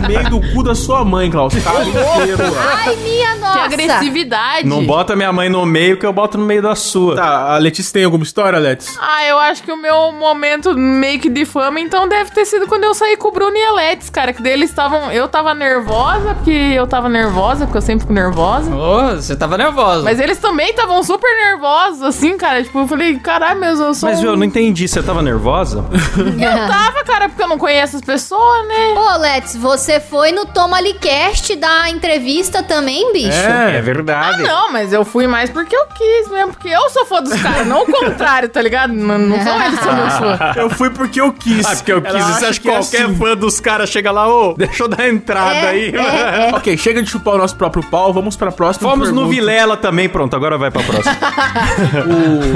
[SPEAKER 3] no meio do cu da sua mãe, Klaus. Tá inteiro, lá.
[SPEAKER 5] Ai, minha nossa.
[SPEAKER 2] Que é agressividade.
[SPEAKER 1] Não bota minha mãe no meio que eu boto no meio da sua.
[SPEAKER 3] Tá, a Letícia tem alguma história, Letícia?
[SPEAKER 2] Ah, eu acho que o meu momento meio que de fama, então deve ter sido quando eu saí com o Bruno e a Letis, cara. Que daí eles estavam. Eu tava nervosa, porque eu tava nervosa, porque eu sempre fico nervosa.
[SPEAKER 4] Ô, você tava nervosa.
[SPEAKER 2] Mas eles também estavam super nervosos, assim, cara. Tipo, eu falei, caralho, meu, eu sou.
[SPEAKER 1] Mas
[SPEAKER 2] um-
[SPEAKER 1] viu, eu não entendi. Você tava nervosa?
[SPEAKER 2] Eu tava, cara, porque eu não conheço as pessoas, né?
[SPEAKER 5] Ô, Let's, você foi no Toma Licast da entrevista também, bicho?
[SPEAKER 3] É,
[SPEAKER 1] É. verdade.
[SPEAKER 2] Ah, Não, mas eu fui mais porque eu quis mesmo. Porque eu sou fã dos caras, não o contrário, tá ligado? Não, não são eles que são meus fãs.
[SPEAKER 3] Eu fui porque eu quis.
[SPEAKER 1] Ah, porque eu quis.
[SPEAKER 3] Ela
[SPEAKER 1] Você acha que qualquer
[SPEAKER 3] é assim.
[SPEAKER 1] fã dos caras chega lá, ô, deixa eu dar entrada
[SPEAKER 5] É,
[SPEAKER 1] aí.
[SPEAKER 5] é, é.
[SPEAKER 3] Ok, chega de chupar o nosso próprio pau, vamos pra próxima.
[SPEAKER 1] Fomos no
[SPEAKER 3] pergunta.
[SPEAKER 1] Vilela também, pronto, agora vai pra próxima.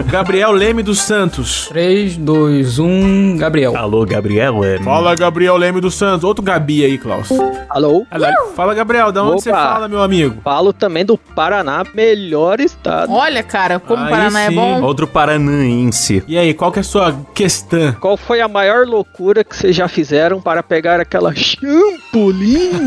[SPEAKER 3] O Gabriel Leme dos Santos.
[SPEAKER 4] 3, 2, 1, Gabriel.
[SPEAKER 1] Alô, Gabriel? É...
[SPEAKER 3] Fala, Gabriel Leme dos Santos. Outro Gabi aí, Klaus.
[SPEAKER 11] Alô?
[SPEAKER 3] Ela- Fala, Gabriel, da onde
[SPEAKER 11] Opa.
[SPEAKER 3] você fala, meu amigo?
[SPEAKER 11] Falo também do Paraná, melhor estado.
[SPEAKER 2] Olha, cara, como o
[SPEAKER 3] Aí
[SPEAKER 2] Paraná é
[SPEAKER 3] sim.
[SPEAKER 2] bom.
[SPEAKER 1] Outro paranaense.
[SPEAKER 3] E aí, qual que é a sua questão?
[SPEAKER 11] Qual foi a maior loucura que vocês já fizeram para pegar aquela champolinha?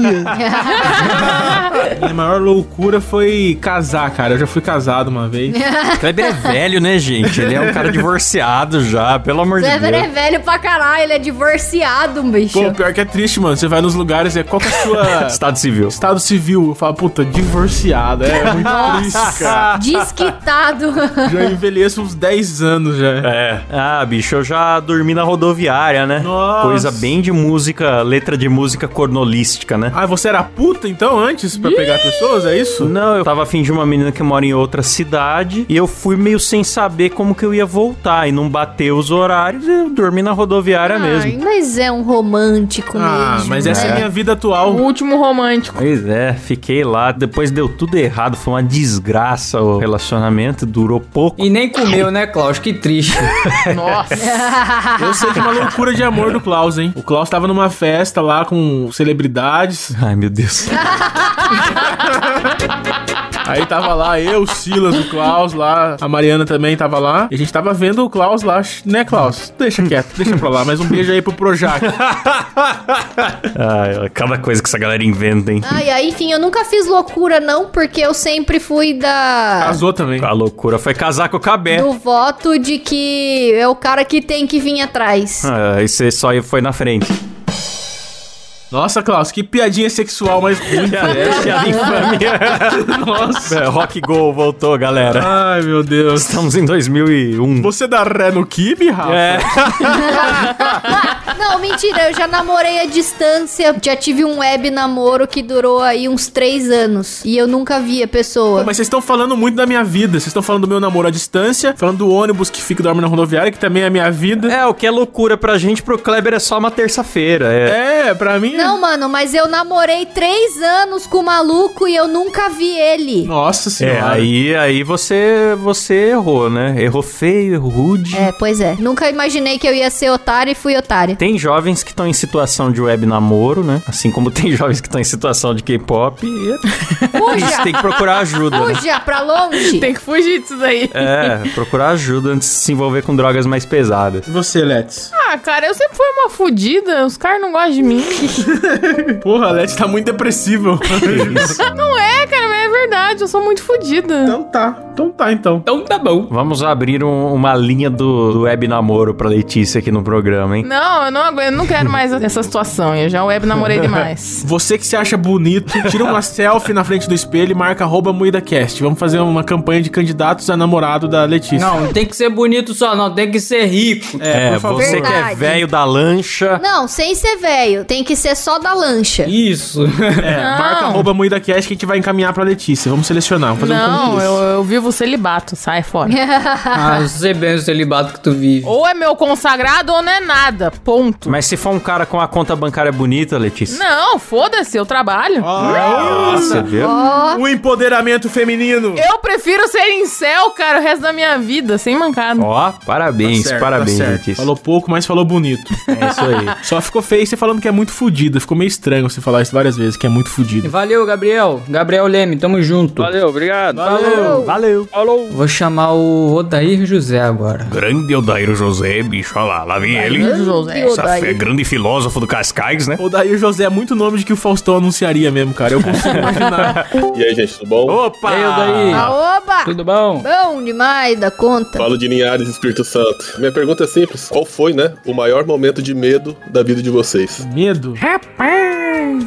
[SPEAKER 3] Minha maior loucura foi casar, cara. Eu já fui casado uma vez.
[SPEAKER 1] Kleber é velho, né, gente? Ele é um cara divorciado já, pelo amor de Deus.
[SPEAKER 5] Kleber é velho pra caralho, ele é divorciado, bicho.
[SPEAKER 3] Pô, pior que é triste, mano. Você vai nos lugares e é qual que é a sua.
[SPEAKER 1] Estado civil.
[SPEAKER 3] Estado civil. Eu falo, puta, divorciado. É muito triste, cara.
[SPEAKER 5] Desquitado.
[SPEAKER 3] Já envelheço uns 10 anos já.
[SPEAKER 1] É. Ah, bicho, eu já dormi na rodoviária, né?
[SPEAKER 3] Nossa.
[SPEAKER 1] Coisa bem de música, letra de música cornolística, né?
[SPEAKER 3] Ah, você era puta então antes pra pegar pessoas? É isso?
[SPEAKER 1] Não, eu tava afim de uma menina que mora em outra cidade e eu fui meio sem saber como que eu ia voltar e não bateu os horários e eu dormi na rodoviária
[SPEAKER 5] Ai,
[SPEAKER 1] mesmo.
[SPEAKER 5] mas é um romântico
[SPEAKER 3] Ah,
[SPEAKER 5] mesmo. né?
[SPEAKER 3] mas essa é a minha vida
[SPEAKER 2] O
[SPEAKER 3] atual.
[SPEAKER 2] último romântico.
[SPEAKER 1] Pois é, fiquei lá, depois deu tudo errado, foi uma desgraça o relacionamento, durou pouco.
[SPEAKER 4] E nem comeu, né, Klaus? Que triste.
[SPEAKER 2] Nossa.
[SPEAKER 3] Eu sei de uma loucura de amor do Klaus, hein? O Klaus tava numa festa lá com celebridades.
[SPEAKER 1] Ai, meu Deus.
[SPEAKER 3] Aí tava lá eu, o Silas, o Klaus lá, a Mariana também tava lá. E a gente tava vendo o Klaus lá, né, Klaus? Deixa quieto, deixa pra lá. Mas um beijo aí pro Projac.
[SPEAKER 1] Ai, cada coisa que essa galera inventa, hein?
[SPEAKER 5] Ai, ai, enfim, eu nunca fiz loucura, não, porque eu sempre fui da.
[SPEAKER 3] Casou também.
[SPEAKER 1] A loucura foi casar com o Cabé.
[SPEAKER 5] Do voto de que é o cara que tem que vir atrás.
[SPEAKER 1] Ah, e você só foi na frente.
[SPEAKER 3] Nossa, Klaus, que piadinha sexual mais ruim. que é essa?
[SPEAKER 1] Piada infame. Nossa. É, rock Go voltou, galera.
[SPEAKER 3] Ai, meu Deus.
[SPEAKER 1] Estamos em 2001.
[SPEAKER 3] Você dá ré no kibe, Rafa?
[SPEAKER 1] É.
[SPEAKER 5] Não, mentira, eu já namorei à distância. Já tive um web namoro que durou aí uns três anos. E eu nunca vi a pessoa.
[SPEAKER 3] Mas vocês estão falando muito da minha vida. Vocês estão falando do meu namoro à distância, falando do ônibus que fica e dorme na rodoviária, que também é a minha vida.
[SPEAKER 1] É, o que é loucura pra gente, pro Kleber é só uma terça-feira. É.
[SPEAKER 3] É, pra mim.
[SPEAKER 5] Não, mano, mas eu namorei três anos com o maluco e eu nunca vi ele.
[SPEAKER 3] Nossa
[SPEAKER 1] É,
[SPEAKER 3] senhora.
[SPEAKER 1] aí, aí você, você errou, né? Errou feio, errou rude.
[SPEAKER 5] É, pois é. Nunca imaginei que eu ia ser otária e fui otária.
[SPEAKER 1] Tem jovens que estão em situação de web namoro, né? Assim como tem jovens que estão em situação de K-pop. E é
[SPEAKER 5] Fuja!
[SPEAKER 1] tem que procurar ajuda, né?
[SPEAKER 5] Fuja pra longe!
[SPEAKER 2] Tem que fugir disso daí.
[SPEAKER 1] É, procurar ajuda antes de se envolver com drogas mais pesadas.
[SPEAKER 3] E você, Let's?
[SPEAKER 2] Ah, cara, eu sempre fui uma fudida. Os caras não gostam de mim.
[SPEAKER 3] Porra, a Let's tá muito depressível.
[SPEAKER 2] não é, cara, mas é verdade. Eu sou muito fudida.
[SPEAKER 3] então tá. Então tá, então.
[SPEAKER 4] Então tá bom.
[SPEAKER 1] Vamos abrir um- uma linha do, do web namoro pra Letícia aqui no programa, hein?
[SPEAKER 2] Não, eu não aguento, eu não quero mais essa situação. Eu já web namorei demais.
[SPEAKER 3] Você que se acha bonito, tira uma selfie na frente do espelho e marca arroba MuidaCast. Vamos fazer uma campanha de candidatos a namorado da Letícia.
[SPEAKER 4] Não, não tem que ser bonito só, não. Tem que ser rico.
[SPEAKER 1] É,
[SPEAKER 3] por favor.
[SPEAKER 1] você que é
[SPEAKER 5] Verdade.
[SPEAKER 1] velho da lancha.
[SPEAKER 5] Não, sem ser velho. Tem que ser só da lancha.
[SPEAKER 4] Isso.
[SPEAKER 3] É, marca arroba MuidaCast que a gente vai encaminhar pra Letícia. Vamos selecionar, vamos fazer um
[SPEAKER 2] Não,
[SPEAKER 3] concurso.
[SPEAKER 2] eu, eu vivo celibato, sai fora.
[SPEAKER 4] Ah, eu sei bem o celibato que tu vive.
[SPEAKER 2] Ou é meu consagrado ou não é nada. Ponto.
[SPEAKER 1] Mas se for um cara com a conta bancária bonita, Letícia.
[SPEAKER 2] Não, foda-se, eu trabalho.
[SPEAKER 3] Ah.
[SPEAKER 1] Nossa, viu?
[SPEAKER 3] O empoderamento feminino.
[SPEAKER 2] Eu prefiro ser incel, cara, o resto da minha vida, sem mancada.
[SPEAKER 1] Ó, parabéns, parabéns,
[SPEAKER 3] tá certo.
[SPEAKER 1] Letícia.
[SPEAKER 3] Falou pouco, mas falou bonito.
[SPEAKER 1] É isso aí.
[SPEAKER 3] Só ficou feio você falando que é muito fudido. Ficou meio estranho você falar isso várias vezes, que é muito fudido.
[SPEAKER 4] Valeu, Gabriel. Gabriel Leme, tamo junto.
[SPEAKER 11] Valeu, obrigado.
[SPEAKER 3] Valeu.
[SPEAKER 1] Então, Valeu.
[SPEAKER 11] Falou.
[SPEAKER 4] Vou chamar o Odair José agora.
[SPEAKER 1] Grande Odair José, bicho, olha lá, lá vem ele.
[SPEAKER 2] José.
[SPEAKER 1] é grande filósofo do Cascais, né?
[SPEAKER 3] O Daí José é muito nome de que o Faustão anunciaria mesmo, cara. Eu consigo imaginar.
[SPEAKER 6] E aí, gente, tudo bom?
[SPEAKER 1] Opa!
[SPEAKER 4] E aí, Odair?
[SPEAKER 5] Ah, oba!
[SPEAKER 4] Tudo bom?
[SPEAKER 5] Bom demais da conta.
[SPEAKER 6] Falo de Linhares e Espírito Santo. Minha pergunta é simples. Qual foi, né, o maior momento de medo da vida de vocês?
[SPEAKER 3] Medo? Rapaz!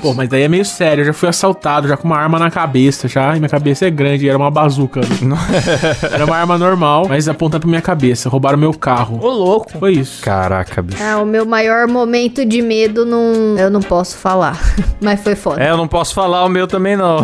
[SPEAKER 3] Pô, mas daí é meio sério. Eu já fui assaltado, já com uma arma na cabeça, já. E minha cabeça é grande, era uma bazuca. né? era uma arma normal, mas apontando pra minha cabeça. Roubaram meu carro.
[SPEAKER 2] Ô, louco.
[SPEAKER 3] Foi isso.
[SPEAKER 1] Caraca, bicho.
[SPEAKER 5] Ah, o meu maior momento de medo não. Eu não posso falar. Mas foi foda.
[SPEAKER 1] É, eu não posso falar o meu também, não.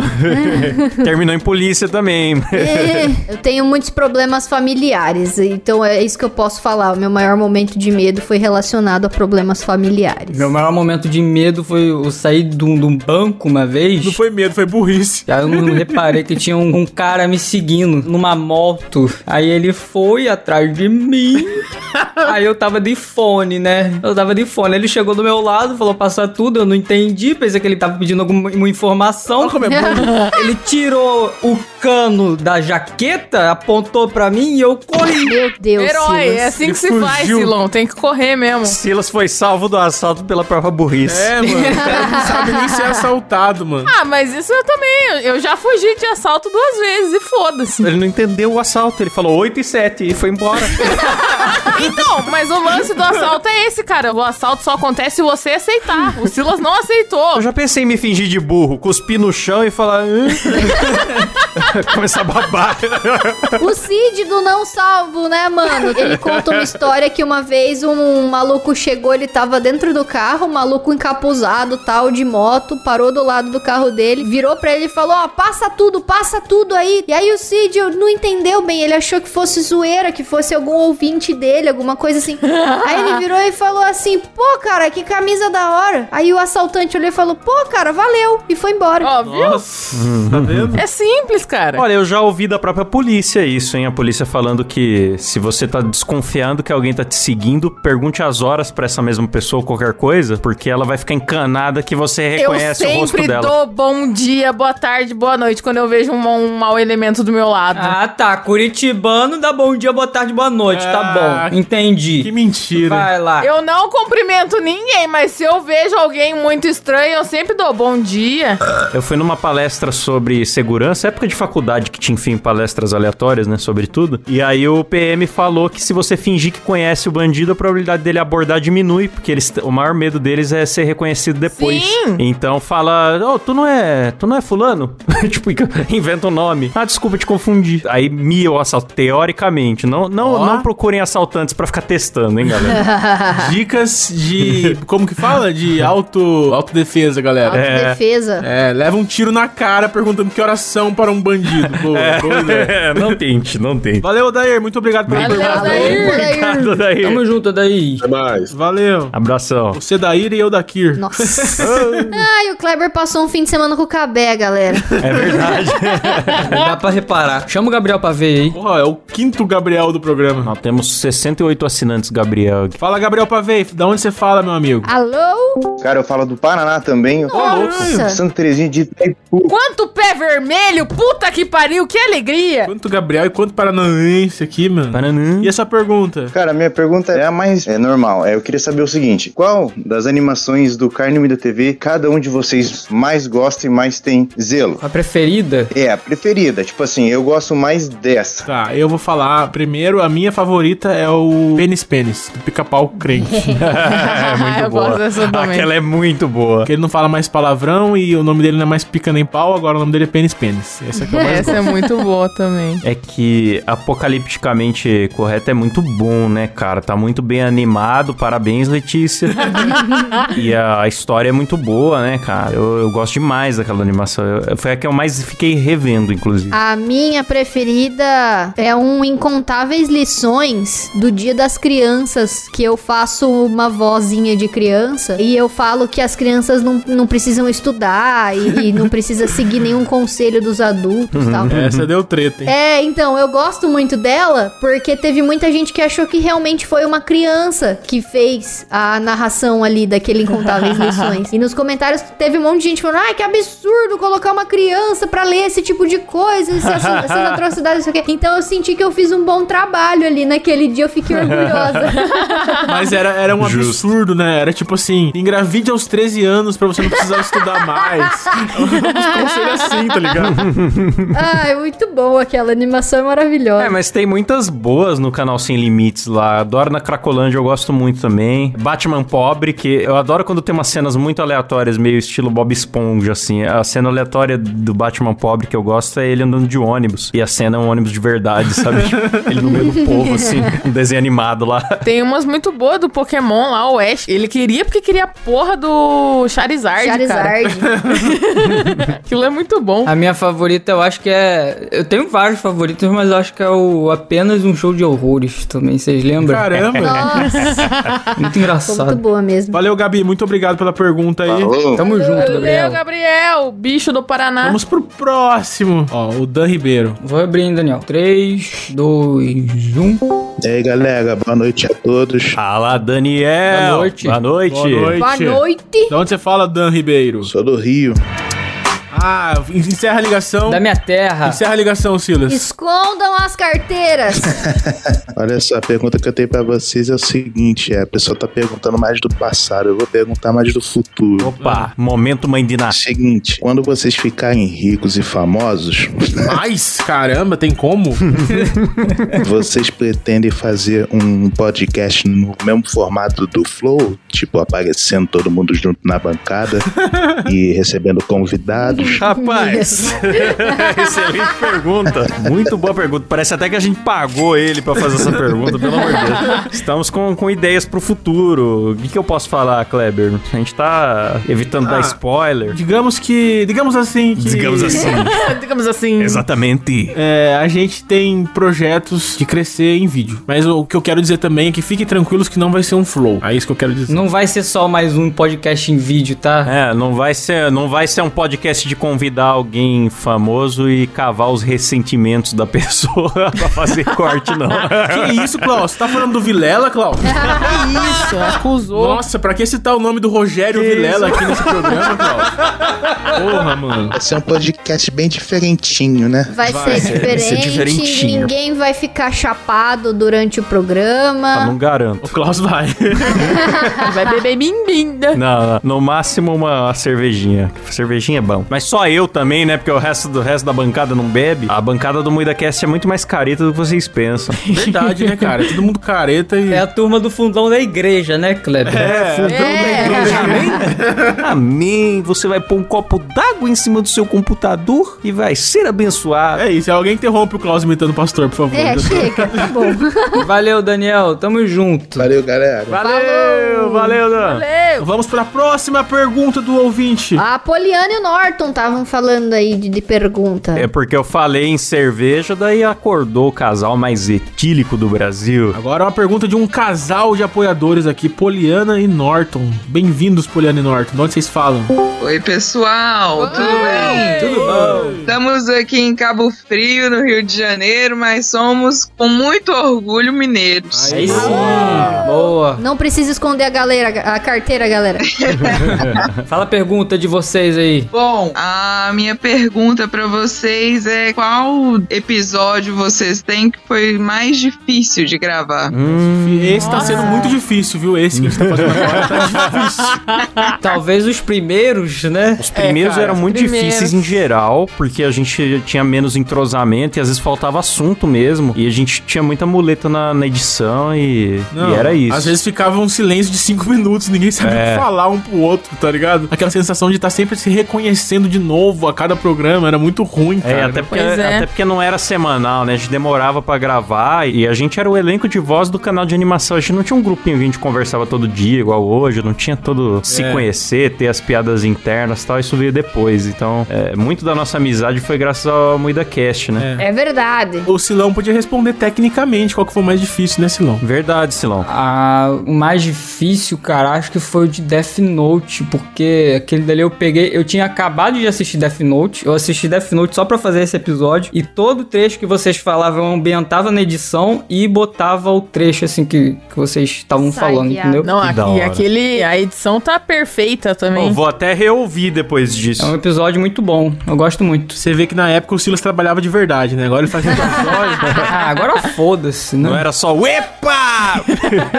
[SPEAKER 1] Terminou em polícia também.
[SPEAKER 5] É, eu tenho muitos problemas familiares, então é isso que eu posso falar. O meu maior momento de medo foi relacionado a problemas familiares.
[SPEAKER 4] Meu maior momento de medo foi eu sair de um, de um banco uma vez.
[SPEAKER 3] Não foi medo, foi burrice.
[SPEAKER 4] Aí eu não reparei que tinha um, um cara me seguindo numa moto. Aí ele foi atrás de mim. Aí eu tava de fone, né? Eu tava de fone. Ele chegou do meu lado, falou passar tudo. Eu não entendi. Pensei que ele tava pedindo alguma uma informação.
[SPEAKER 3] é
[SPEAKER 4] Ele tirou o cano da jaqueta, apontou pra mim e eu corri.
[SPEAKER 5] Meu Deus,
[SPEAKER 2] Herói,
[SPEAKER 5] Silas.
[SPEAKER 2] é assim
[SPEAKER 3] Ele
[SPEAKER 2] que se faz,
[SPEAKER 3] fugiu.
[SPEAKER 2] Silon. Tem que correr mesmo.
[SPEAKER 1] Silas foi salvo do assalto pela própria burrice.
[SPEAKER 3] É, mano. O cara não sabe nem ser assaltado, mano.
[SPEAKER 2] Ah, mas isso eu também. eu- Eu já fugi de assalto duas vezes e
[SPEAKER 3] É.
[SPEAKER 2] foda-se.
[SPEAKER 1] Ele não entendeu o assalto, ele falou 8 e 7 e foi embora.
[SPEAKER 2] Então, mas o lance do assalto é esse, cara. O assalto só acontece se você aceitar. O Silas não aceitou.
[SPEAKER 1] Eu já pensei em me fingir de burro, cuspir no chão e falar. "Hã?" Começar a babar.
[SPEAKER 5] O Cid do Não Salvo, né, mano? Ele conta uma história que uma vez um maluco chegou, ele tava dentro do carro, um maluco encapuzado, tal, de moto, parou do lado do carro dele, virou pra ele e falou, ó, passa tudo, passa tudo aí. E aí o Cid não entendeu bem, ele achou que fosse zoeira, que fosse algum ouvinte dele, alguma coisa assim. Aí ele virou e falou assim, pô, cara, que camisa da hora. Aí o assaltante olhou e falou, pô, cara, valeu. E foi embora.
[SPEAKER 2] Ó,
[SPEAKER 3] Nossa, tá vendo?
[SPEAKER 2] É simples, cara.
[SPEAKER 1] Olha, eu já ouvi da própria polícia isso, hein? A polícia falando que se você tá desconfiando que alguém tá te seguindo, pergunte as horas pra essa mesma pessoa ou qualquer coisa, porque ela vai ficar encanada que você
[SPEAKER 2] Eu
[SPEAKER 1] reconhece o rosto
[SPEAKER 2] sempre
[SPEAKER 1] dela.
[SPEAKER 2] dou bom dia, boa tarde, boa noite quando eu vejo um, um mau elemento do meu lado.
[SPEAKER 4] Ah, tá. Curitibano dá bom dia, boa tarde, boa noite. tá bom. Entendi. Que
[SPEAKER 3] Ah, mentira.
[SPEAKER 4] Vai lá.
[SPEAKER 2] Eu não cumprimento ninguém, mas se eu vejo alguém muito estranho, eu sempre dou bom dia.
[SPEAKER 1] Eu fui numa palestra sobre segurança, época de faculdade que tinha, enfim, palestras aleatórias, né, sobre tudo. E aí o PM falou que se você fingir que conhece o bandido, a probabilidade dele abordar diminui, porque eles, o maior medo deles é ser reconhecido depois.
[SPEAKER 2] Sim.
[SPEAKER 1] Então fala, ô, tu não é, tu não é fulano? tipo, inventa um nome. Ah, desculpa te confundir. Aí mia o assalto, teoricamente. Não, não,
[SPEAKER 3] Ó.
[SPEAKER 1] não procurem assaltantes pra ficar testando, hein, galera.
[SPEAKER 3] Dicas de. Como que fala? De auto, autodefesa, galera.
[SPEAKER 5] Autodefesa.
[SPEAKER 3] É, leva um tiro na cara perguntando que oração para um bandido. Boa, boa ideia.
[SPEAKER 1] É, não tente, não tente.
[SPEAKER 3] Valeu, Odair. Muito obrigado pela
[SPEAKER 2] Valeu,
[SPEAKER 3] pergunta.
[SPEAKER 2] Odair.
[SPEAKER 1] Obrigado, daí.
[SPEAKER 4] Tamo junto, daí.
[SPEAKER 11] Até mais.
[SPEAKER 3] Valeu.
[SPEAKER 1] Abração.
[SPEAKER 3] Você é da Ira e eu da Kir.
[SPEAKER 5] Nossa. Ai, o Kleber passou um fim de semana com o Cabé, galera.
[SPEAKER 1] É verdade.
[SPEAKER 4] Dá pra reparar. Chama o Gabriel pra ver aí.
[SPEAKER 3] Porra, é o quinto Gabriel do programa.
[SPEAKER 1] Nós temos 68 assinantes, Gabriel.
[SPEAKER 3] Fala, Gabriel Pavei. Da onde você fala, meu amigo?
[SPEAKER 5] Alô?
[SPEAKER 12] Cara, eu falo do Paraná também. Eu falo
[SPEAKER 5] Nossa.
[SPEAKER 12] Santa Terezinha de Itaipu.
[SPEAKER 2] Quanto pé vermelho, puta que pariu, que alegria.
[SPEAKER 3] Quanto Gabriel e quanto paranaense aqui, mano.
[SPEAKER 1] Paranã.
[SPEAKER 3] E essa pergunta?
[SPEAKER 12] Cara, minha pergunta é a mais é, normal. É, eu queria saber o seguinte: qual das animações do Carne da TV cada um de vocês mais gosta e mais tem zelo?
[SPEAKER 4] A preferida?
[SPEAKER 12] É, a preferida. Tipo assim, eu gosto mais dessa.
[SPEAKER 3] Tá, eu vou falar primeiro. A minha favorita é o Pênis Pênis, do pica-pau crente.
[SPEAKER 1] É muito
[SPEAKER 2] eu
[SPEAKER 1] boa.
[SPEAKER 2] gosto dessa também.
[SPEAKER 1] Aquela é muito boa.
[SPEAKER 3] Porque ele não fala mais palavrão e o nome dele não é mais pica nem pau, agora o nome dele é Pênis Pênis. Essa que eu mais
[SPEAKER 2] Essa é muito boa também.
[SPEAKER 1] É que apocalipticamente correto é muito bom, né, cara? Tá muito bem animado. Parabéns, Letícia. e a, a história é muito boa, né, cara? Eu, eu gosto demais daquela animação. Eu- foi a que eu mais fiquei revendo, inclusive.
[SPEAKER 5] A minha preferida é um Incontáveis Lições do Dia das Crianças, que eu faço uma vozinha de criança e eu falo que as crianças não, não precisam estudar e, e não precisa seguir nenhum conselho dos adultos e tal.
[SPEAKER 3] gosto. Essa deu treta, hein?
[SPEAKER 5] É, então, eu gosto muito dela porque teve muita gente que achou que realmente foi uma criança que fez a narração ali daquele Incontáveis Lições. E nos comentários teve um monte de gente falando: ai, que absurdo colocar uma criança pra ler esse tipo de coisa, esse assu- essas atrocidades, não sei o quê. Então eu senti que eu fiz um bom trabalho ali naquele dia, eu fiquei orgulhosa.
[SPEAKER 3] Mas era, era um
[SPEAKER 1] Justo.
[SPEAKER 3] absurdo, né? Era tipo assim, engravide aos 13 anos pra você não precisar estudar mais. Uns conselhos assim, tá ligado?
[SPEAKER 5] ai, muito boa aquela animação, é maravilhosa.
[SPEAKER 1] É, mas tem muitas boas no canal Sem Limites lá. Adoro na Cracolândia, eu gosto muito também. Batman Pobre, que eu adoro quando tem umas cenas muito aleatórias, meio estilo Bob Esponja, assim. A cena aleatória do Batman Pobre que eu gosto é ele andando de ônibus. E a cena é um ônibus de verdade, sabe? Tipo, ele no meio do povo, assim, um desenho animado lá.
[SPEAKER 2] Tem umas muito boas do Pokémon lá, o Ash. Ele queria porque queria a porra do Charizard, cara.
[SPEAKER 5] Charizard.
[SPEAKER 2] Aquilo é muito bom.
[SPEAKER 4] A minha favorita, eu acho que é. Eu tenho vários favoritos, mas eu acho que é o apenas um show de horrores também, vocês lembram?
[SPEAKER 3] Caramba.
[SPEAKER 5] Nossa,
[SPEAKER 4] Muito
[SPEAKER 5] ficou muito
[SPEAKER 4] engraçado.
[SPEAKER 5] boa mesmo.
[SPEAKER 3] Valeu, Gabi. Muito obrigado pela pergunta aí.
[SPEAKER 12] Falou.
[SPEAKER 4] Tamo
[SPEAKER 1] Ah,
[SPEAKER 4] junto,
[SPEAKER 2] Valeu,
[SPEAKER 4] Gabriel.
[SPEAKER 2] Gabriel, bicho do Paraná.
[SPEAKER 3] Vamos pro próximo. Ó, o Dan Ribeiro.
[SPEAKER 4] Vou abrir, hein, Daniel. um. 3, 2, 1.
[SPEAKER 12] E aí, galera, boa noite a todos.
[SPEAKER 1] Fala, Ah Daniel!
[SPEAKER 4] Boa noite.
[SPEAKER 1] Boa noite!
[SPEAKER 3] Boa noite.
[SPEAKER 5] Boa noite.
[SPEAKER 3] De onde você fala, Dan Ribeiro?
[SPEAKER 12] Sou do Rio.
[SPEAKER 3] Ah, en- encerra a ligação. Da
[SPEAKER 4] minha terra.
[SPEAKER 3] Encerra a ligação, Silas.
[SPEAKER 5] Escondam as carteiras.
[SPEAKER 13] Olha só, a pergunta que eu tenho pra vocês é o seguinte: é, a pessoa tá perguntando mais do passado, eu vou perguntar mais do futuro. É
[SPEAKER 1] Opa, momento mãe dinastia.
[SPEAKER 13] Seguinte, quando vocês ficarem ricos e famosos,
[SPEAKER 3] Mas, caramba, tem como?
[SPEAKER 13] vocês pretendem fazer um podcast no mesmo formato do Flow, tipo aparecendo todo mundo junto na bancada e recebendo convidados?
[SPEAKER 1] Rapaz, excelente pergunta. Muito boa pergunta. Parece até que a gente pagou ele pra fazer essa pergunta, pelo amor de Deus. Estamos com, com ideias pro futuro. O que, que eu posso falar, Kleber? A gente tá evitando
[SPEAKER 3] Ah,
[SPEAKER 1] dar spoiler.
[SPEAKER 3] Digamos que. Digamos assim que.
[SPEAKER 1] Digamos assim.
[SPEAKER 2] Digamos assim.
[SPEAKER 1] Exatamente.
[SPEAKER 3] É, a gente tem projetos de crescer em vídeo. Mas o que eu quero dizer também é que fiquem tranquilos que não vai ser um flow. É isso que eu quero dizer.
[SPEAKER 4] Não vai ser só mais um podcast em vídeo, tá?
[SPEAKER 1] É, não vai ser, não vai ser um podcast de convidar alguém famoso e cavar os ressentimentos da pessoa pra fazer corte, não.
[SPEAKER 3] Que isso, Klaus? Você tá falando do Vilela, Klaus? Que isso, acusou. Nossa, pra que citar o nome do Rogério Vilela aqui nesse programa, Klaus? Porra, mano.
[SPEAKER 13] Vai ser um podcast bem diferentinho, né?
[SPEAKER 5] Vai, ser diferente. ninguém vai ficar chapado durante o programa.
[SPEAKER 1] Não garanto.
[SPEAKER 3] O Klaus vai.
[SPEAKER 2] Vai beber né? mimbinda.
[SPEAKER 1] Não, não. no máximo uma cervejinha. Cervejinha é bom. Mas só eu também, né? Porque o resto do resto da bancada não bebe. A bancada do MuidaCast é muito mais careta do que vocês pensam.
[SPEAKER 3] Verdade, né, cara? Todo mundo careta e.
[SPEAKER 4] É a turma do fundão da igreja, né, Kleber?
[SPEAKER 1] É, fundão da igreja. Amém? Amém. Você vai pôr um copo d'água em cima do seu computador e vai ser abençoado.
[SPEAKER 3] É isso, alguém interrompe o Klaus imitando o pastor, por favor.
[SPEAKER 5] É, chega, tá bom.
[SPEAKER 4] Valeu, Daniel. Tamo junto.
[SPEAKER 13] Valeu, galera.
[SPEAKER 1] Valeu, valeu, Dan.
[SPEAKER 5] Valeu.
[SPEAKER 3] Vamos pra próxima pergunta do ouvinte.
[SPEAKER 5] A Poliana e o Norton estavam falando aí de, de pergunta.
[SPEAKER 1] É porque eu falei em cerveja, daí acordou o casal mais etílico do Brasil.
[SPEAKER 3] Agora uma pergunta de um casal de apoiadores aqui, Poliana e Norton. Bem-vindos, Poliana e Norton. De onde vocês falam?
[SPEAKER 14] Oi, pessoal, tudo bem? Tudo bom? Estamos aqui em Cabo Frio, no Rio de Janeiro, mas somos com muito orgulho mineiros.
[SPEAKER 4] Aí sim. Boa.
[SPEAKER 5] Não precisa esconder a galera, a carteira, galera.
[SPEAKER 4] Fala a pergunta de vocês aí.
[SPEAKER 14] Bom, a minha pergunta pra vocês é qual episódio vocês têm que foi mais difícil de gravar?
[SPEAKER 3] Esse tá sendo muito difícil, viu? Esse que a gente tá fazendo agora tá difícil.
[SPEAKER 4] Talvez os primeiros, né? Os
[SPEAKER 1] primeiros eram muito difíceis em geral, porque a gente tinha menos entrosamento e às vezes faltava assunto mesmo. E a gente tinha muita muleta na, na edição e,
[SPEAKER 3] Não,
[SPEAKER 1] e era isso.
[SPEAKER 3] Às vezes ficava um silêncio de cinco minutos, ninguém sabia o
[SPEAKER 1] É.
[SPEAKER 3] que falar um pro outro, tá ligado? Aquela sensação de estar sempre se reconhecendo de novo a cada programa, era muito ruim, cara.
[SPEAKER 1] É, até porque,
[SPEAKER 3] Pois é.
[SPEAKER 1] até porque não era semanal, né? A gente demorava pra gravar e a gente era o elenco de voz do canal de animação. A gente não tinha um grupinho que a gente conversava todo dia, igual hoje, não tinha todo se
[SPEAKER 3] É.
[SPEAKER 1] conhecer, ter as piadas internas e tal. Isso veio depois. Então, é, muito da nossa amizade foi graças ao Moída Cast, né?
[SPEAKER 5] É verdade.
[SPEAKER 3] O Silão podia responder tecnicamente qual que foi o mais difícil, né, Silão?
[SPEAKER 1] Verdade, Silão.
[SPEAKER 4] Ah, o mais difícil, cara, acho que foi o de Death Note, porque aquele dali eu peguei, eu tinha acabado de assistir Death Note, eu assisti Death Note só pra fazer esse episódio, e todo trecho que vocês falavam eu ambientava na edição e botava o trecho, assim, que, que vocês estavam falando, entendeu?
[SPEAKER 2] Não, aqui, aquele, a edição tá perfeita também.
[SPEAKER 1] Eu vou até reouvir depois disso.
[SPEAKER 4] É um episódio muito bom, eu gosto muito.
[SPEAKER 3] Você vê que na época o Silas trabalhava de verdade, né? Agora ele faz
[SPEAKER 4] ah, agora foda-se, né?
[SPEAKER 1] Não é? era só o EPA!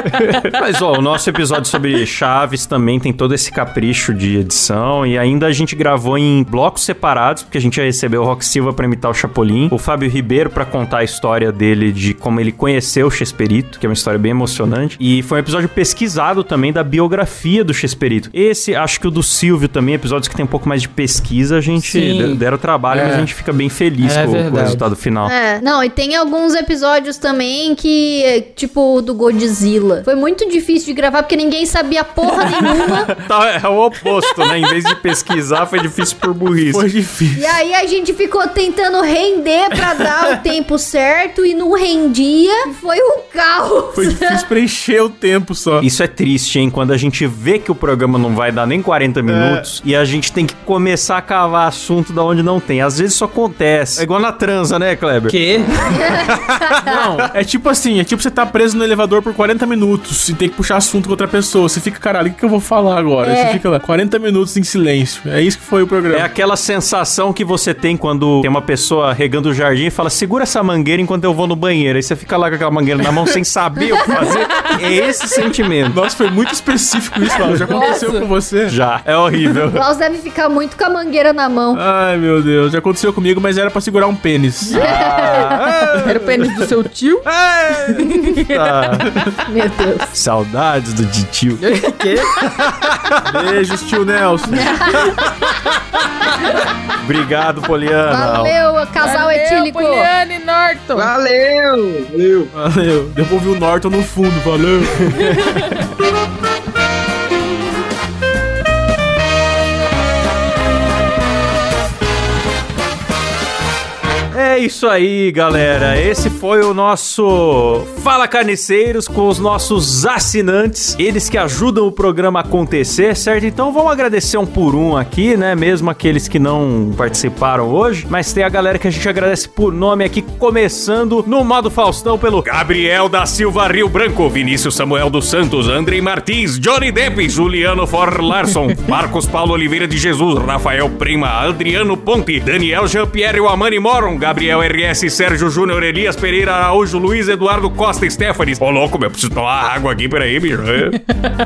[SPEAKER 1] Mas, ó, o nosso episódio sobre Chaves também tem todo esse capricho de edição. E ainda a gente gravou em blocos separados, porque a gente ia receber o Rock Silva pra imitar o Chapolin, o Fábio Ribeiro pra contar a história dele de como ele conheceu o Chesperito, que é uma história bem emocionante. E foi um episódio pesquisado também da biografia do Chesperito. Esse, acho que o do Silvio também, episódios que tem um pouco mais de pesquisa, a gente
[SPEAKER 4] Sim.
[SPEAKER 1] de- deram trabalho,
[SPEAKER 4] É.
[SPEAKER 1] mas a gente fica bem feliz
[SPEAKER 4] É
[SPEAKER 1] com, com o
[SPEAKER 4] verdade.
[SPEAKER 1] resultado final.
[SPEAKER 5] É, não, e tem alguns episódios também que, é, tipo, o do Godzilla. Foi muito difícil de gravar porque ninguém sabia porra nenhuma.
[SPEAKER 1] Tá, é o oposto, né? Em vez de pesquisar, foi difícil por burrice. Foi
[SPEAKER 3] difícil.
[SPEAKER 5] E aí a gente ficou tentando render pra dar o tempo certo e não rendia. Foi um caos.
[SPEAKER 3] Foi difícil preencher o tempo só.
[SPEAKER 1] Isso é triste, hein? Quando a gente vê que o programa não vai dar nem 40 minutos assuntos e a gente tem que começar a cavar assunto da onde não tem. Às vezes isso acontece. É igual na transa, né, Kleber?
[SPEAKER 4] Que?
[SPEAKER 3] Não, é tipo assim, é tipo você tá preso no elevador por 40 minutos e tem que puxar assunto com outra pessoa. Você fica, caralho, o que, que eu vou falar agora?
[SPEAKER 1] É.
[SPEAKER 3] Você fica lá, 40 minutos em silêncio. É isso que foi o programa.
[SPEAKER 1] É aquela sensação que você tem quando tem uma pessoa regando o jardim e fala: segura essa mangueira enquanto eu vou no banheiro. Aí você fica lá com aquela mangueira na mão sem saber o que fazer. É esse sentimento.
[SPEAKER 3] Nossa, foi muito específico isso, Laura. Já aconteceu
[SPEAKER 5] Nossa.
[SPEAKER 3] com você?
[SPEAKER 1] Já, é horrível.
[SPEAKER 5] O Klaus deve ficar muito com a mangueira na mão.
[SPEAKER 3] Ai, meu Deus, já aconteceu comigo, mas era pra segurar um pênis.
[SPEAKER 2] Era o pênis do seu tio?
[SPEAKER 3] Ah.
[SPEAKER 2] Meu Deus.
[SPEAKER 1] Saudades do titio.
[SPEAKER 4] que?
[SPEAKER 3] Beijos, tio Nelson.
[SPEAKER 1] Obrigado, Poliana.
[SPEAKER 5] Valeu, casal
[SPEAKER 2] Valeu,
[SPEAKER 5] etílico.
[SPEAKER 2] Poliane Norton.
[SPEAKER 14] Valeu!
[SPEAKER 3] Valeu. Valeu. Devolvi o Norton no fundo, valeu.
[SPEAKER 1] É isso aí, galera. Esse foi o nosso Fala Carniceiros com os nossos assinantes, eles que ajudam o programa a acontecer, certo? Então vamos agradecer um por um aqui, né? Mesmo aqueles que não participaram hoje, mas tem a galera que a gente agradece por nome aqui, começando no modo Faustão pelo Gabriel da Silva Rio Branco, Vinícius Samuel dos Santos, Andrei Martins, Johnny Depp, Juliano For Larson, Marcos Paulo Oliveira de Jesus, Rafael Prima, Adriano Ponte, Daniel Jean-Pierre Amani Moron, Gabriel RS, Sérgio Júnior, Elias Pereira Araújo, Luiz Eduardo Costa Stefanes. Ô louco, meu, preciso tomar água aqui, peraí, bicho.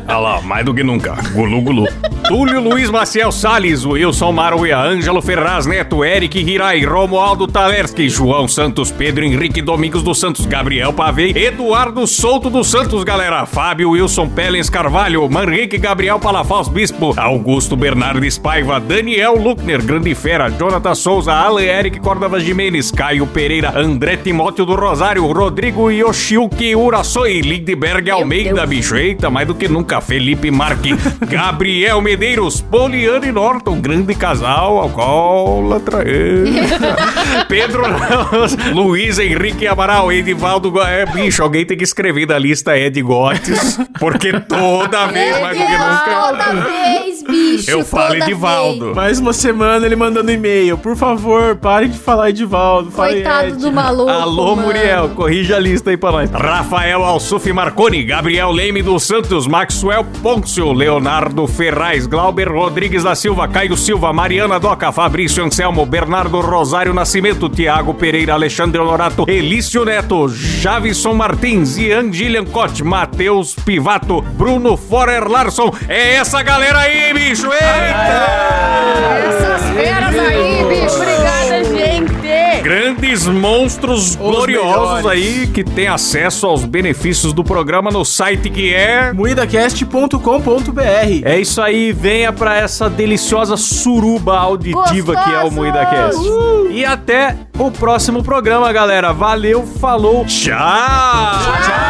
[SPEAKER 1] Olha lá, mais do que nunca. Gulu, gulu. Túlio Luiz Maciel Salles, Wilson Maruia, Ângelo Ferraz Neto, Eric Hirai, Romualdo Talerski, João Santos, Pedro Henrique Domingos dos Santos, Gabriel Pavei, Eduardo Souto dos Santos, galera, Fábio Wilson Pellens Carvalho, Manrique Gabriel Palafaus Bispo, Augusto Bernardes Paiva, Daniel Luckner, Grande Fera, Jonathan Souza, Ale Eric Córdova Jimenez, Caio Pereira, André Timóteo do Rosário, Rodrigo Yoshiyuki Urassoi, Lindberg Almeida, bicho, eita, mais do que nunca, Felipe Marque, Gabriel Medeiros, Poliane Norton, grande casal, alcoólatra, eita. Pedro Ramos, Luiz Henrique Amaral, Edivaldo, Gua- é, bicho, alguém tem que escrever da lista Ed Gotes, porque toda vez mais do que nunca...
[SPEAKER 5] Toda vez, bicho.
[SPEAKER 1] Eu falo
[SPEAKER 5] toda
[SPEAKER 1] Edivaldo.
[SPEAKER 5] vez.
[SPEAKER 3] Mais uma semana ele mandando e-mail. Por favor, parem de falar Edivaldo. Fale é,
[SPEAKER 5] Coitado
[SPEAKER 3] Ed.
[SPEAKER 5] do maluco.
[SPEAKER 1] é, Alô,
[SPEAKER 5] mano.
[SPEAKER 1] Muriel, corrija a lista aí pra nós. Rafael Alsuf Marconi, Gabriel Leme dos Santos, Maxwell Pôncio, Leonardo Ferraz, Glauber Rodrigues da Silva, Caio Silva, Mariana Doca, Fabrício Anselmo, Bernardo Rosário Nascimento, Tiago Pereira, Alexandre Lorato, Elício Neto, Javison Martins, Ian Giliancote, Matheus Pivato, Bruno Forer Larson. É essa galera aí, bicho! Eita!
[SPEAKER 2] Essas feras aí, bicho. Obrigada, gente.
[SPEAKER 1] Grandes monstros gloriosos
[SPEAKER 3] melhores.
[SPEAKER 1] aí que tem acesso aos benefícios do programa no site que é.
[SPEAKER 3] Moidacast.com.br
[SPEAKER 1] É isso aí, venha pra essa deliciosa suruba auditiva
[SPEAKER 5] Gostoso!
[SPEAKER 1] que é o MoídaCast. E até o próximo programa, galera. Valeu, falou, tchau! tchau.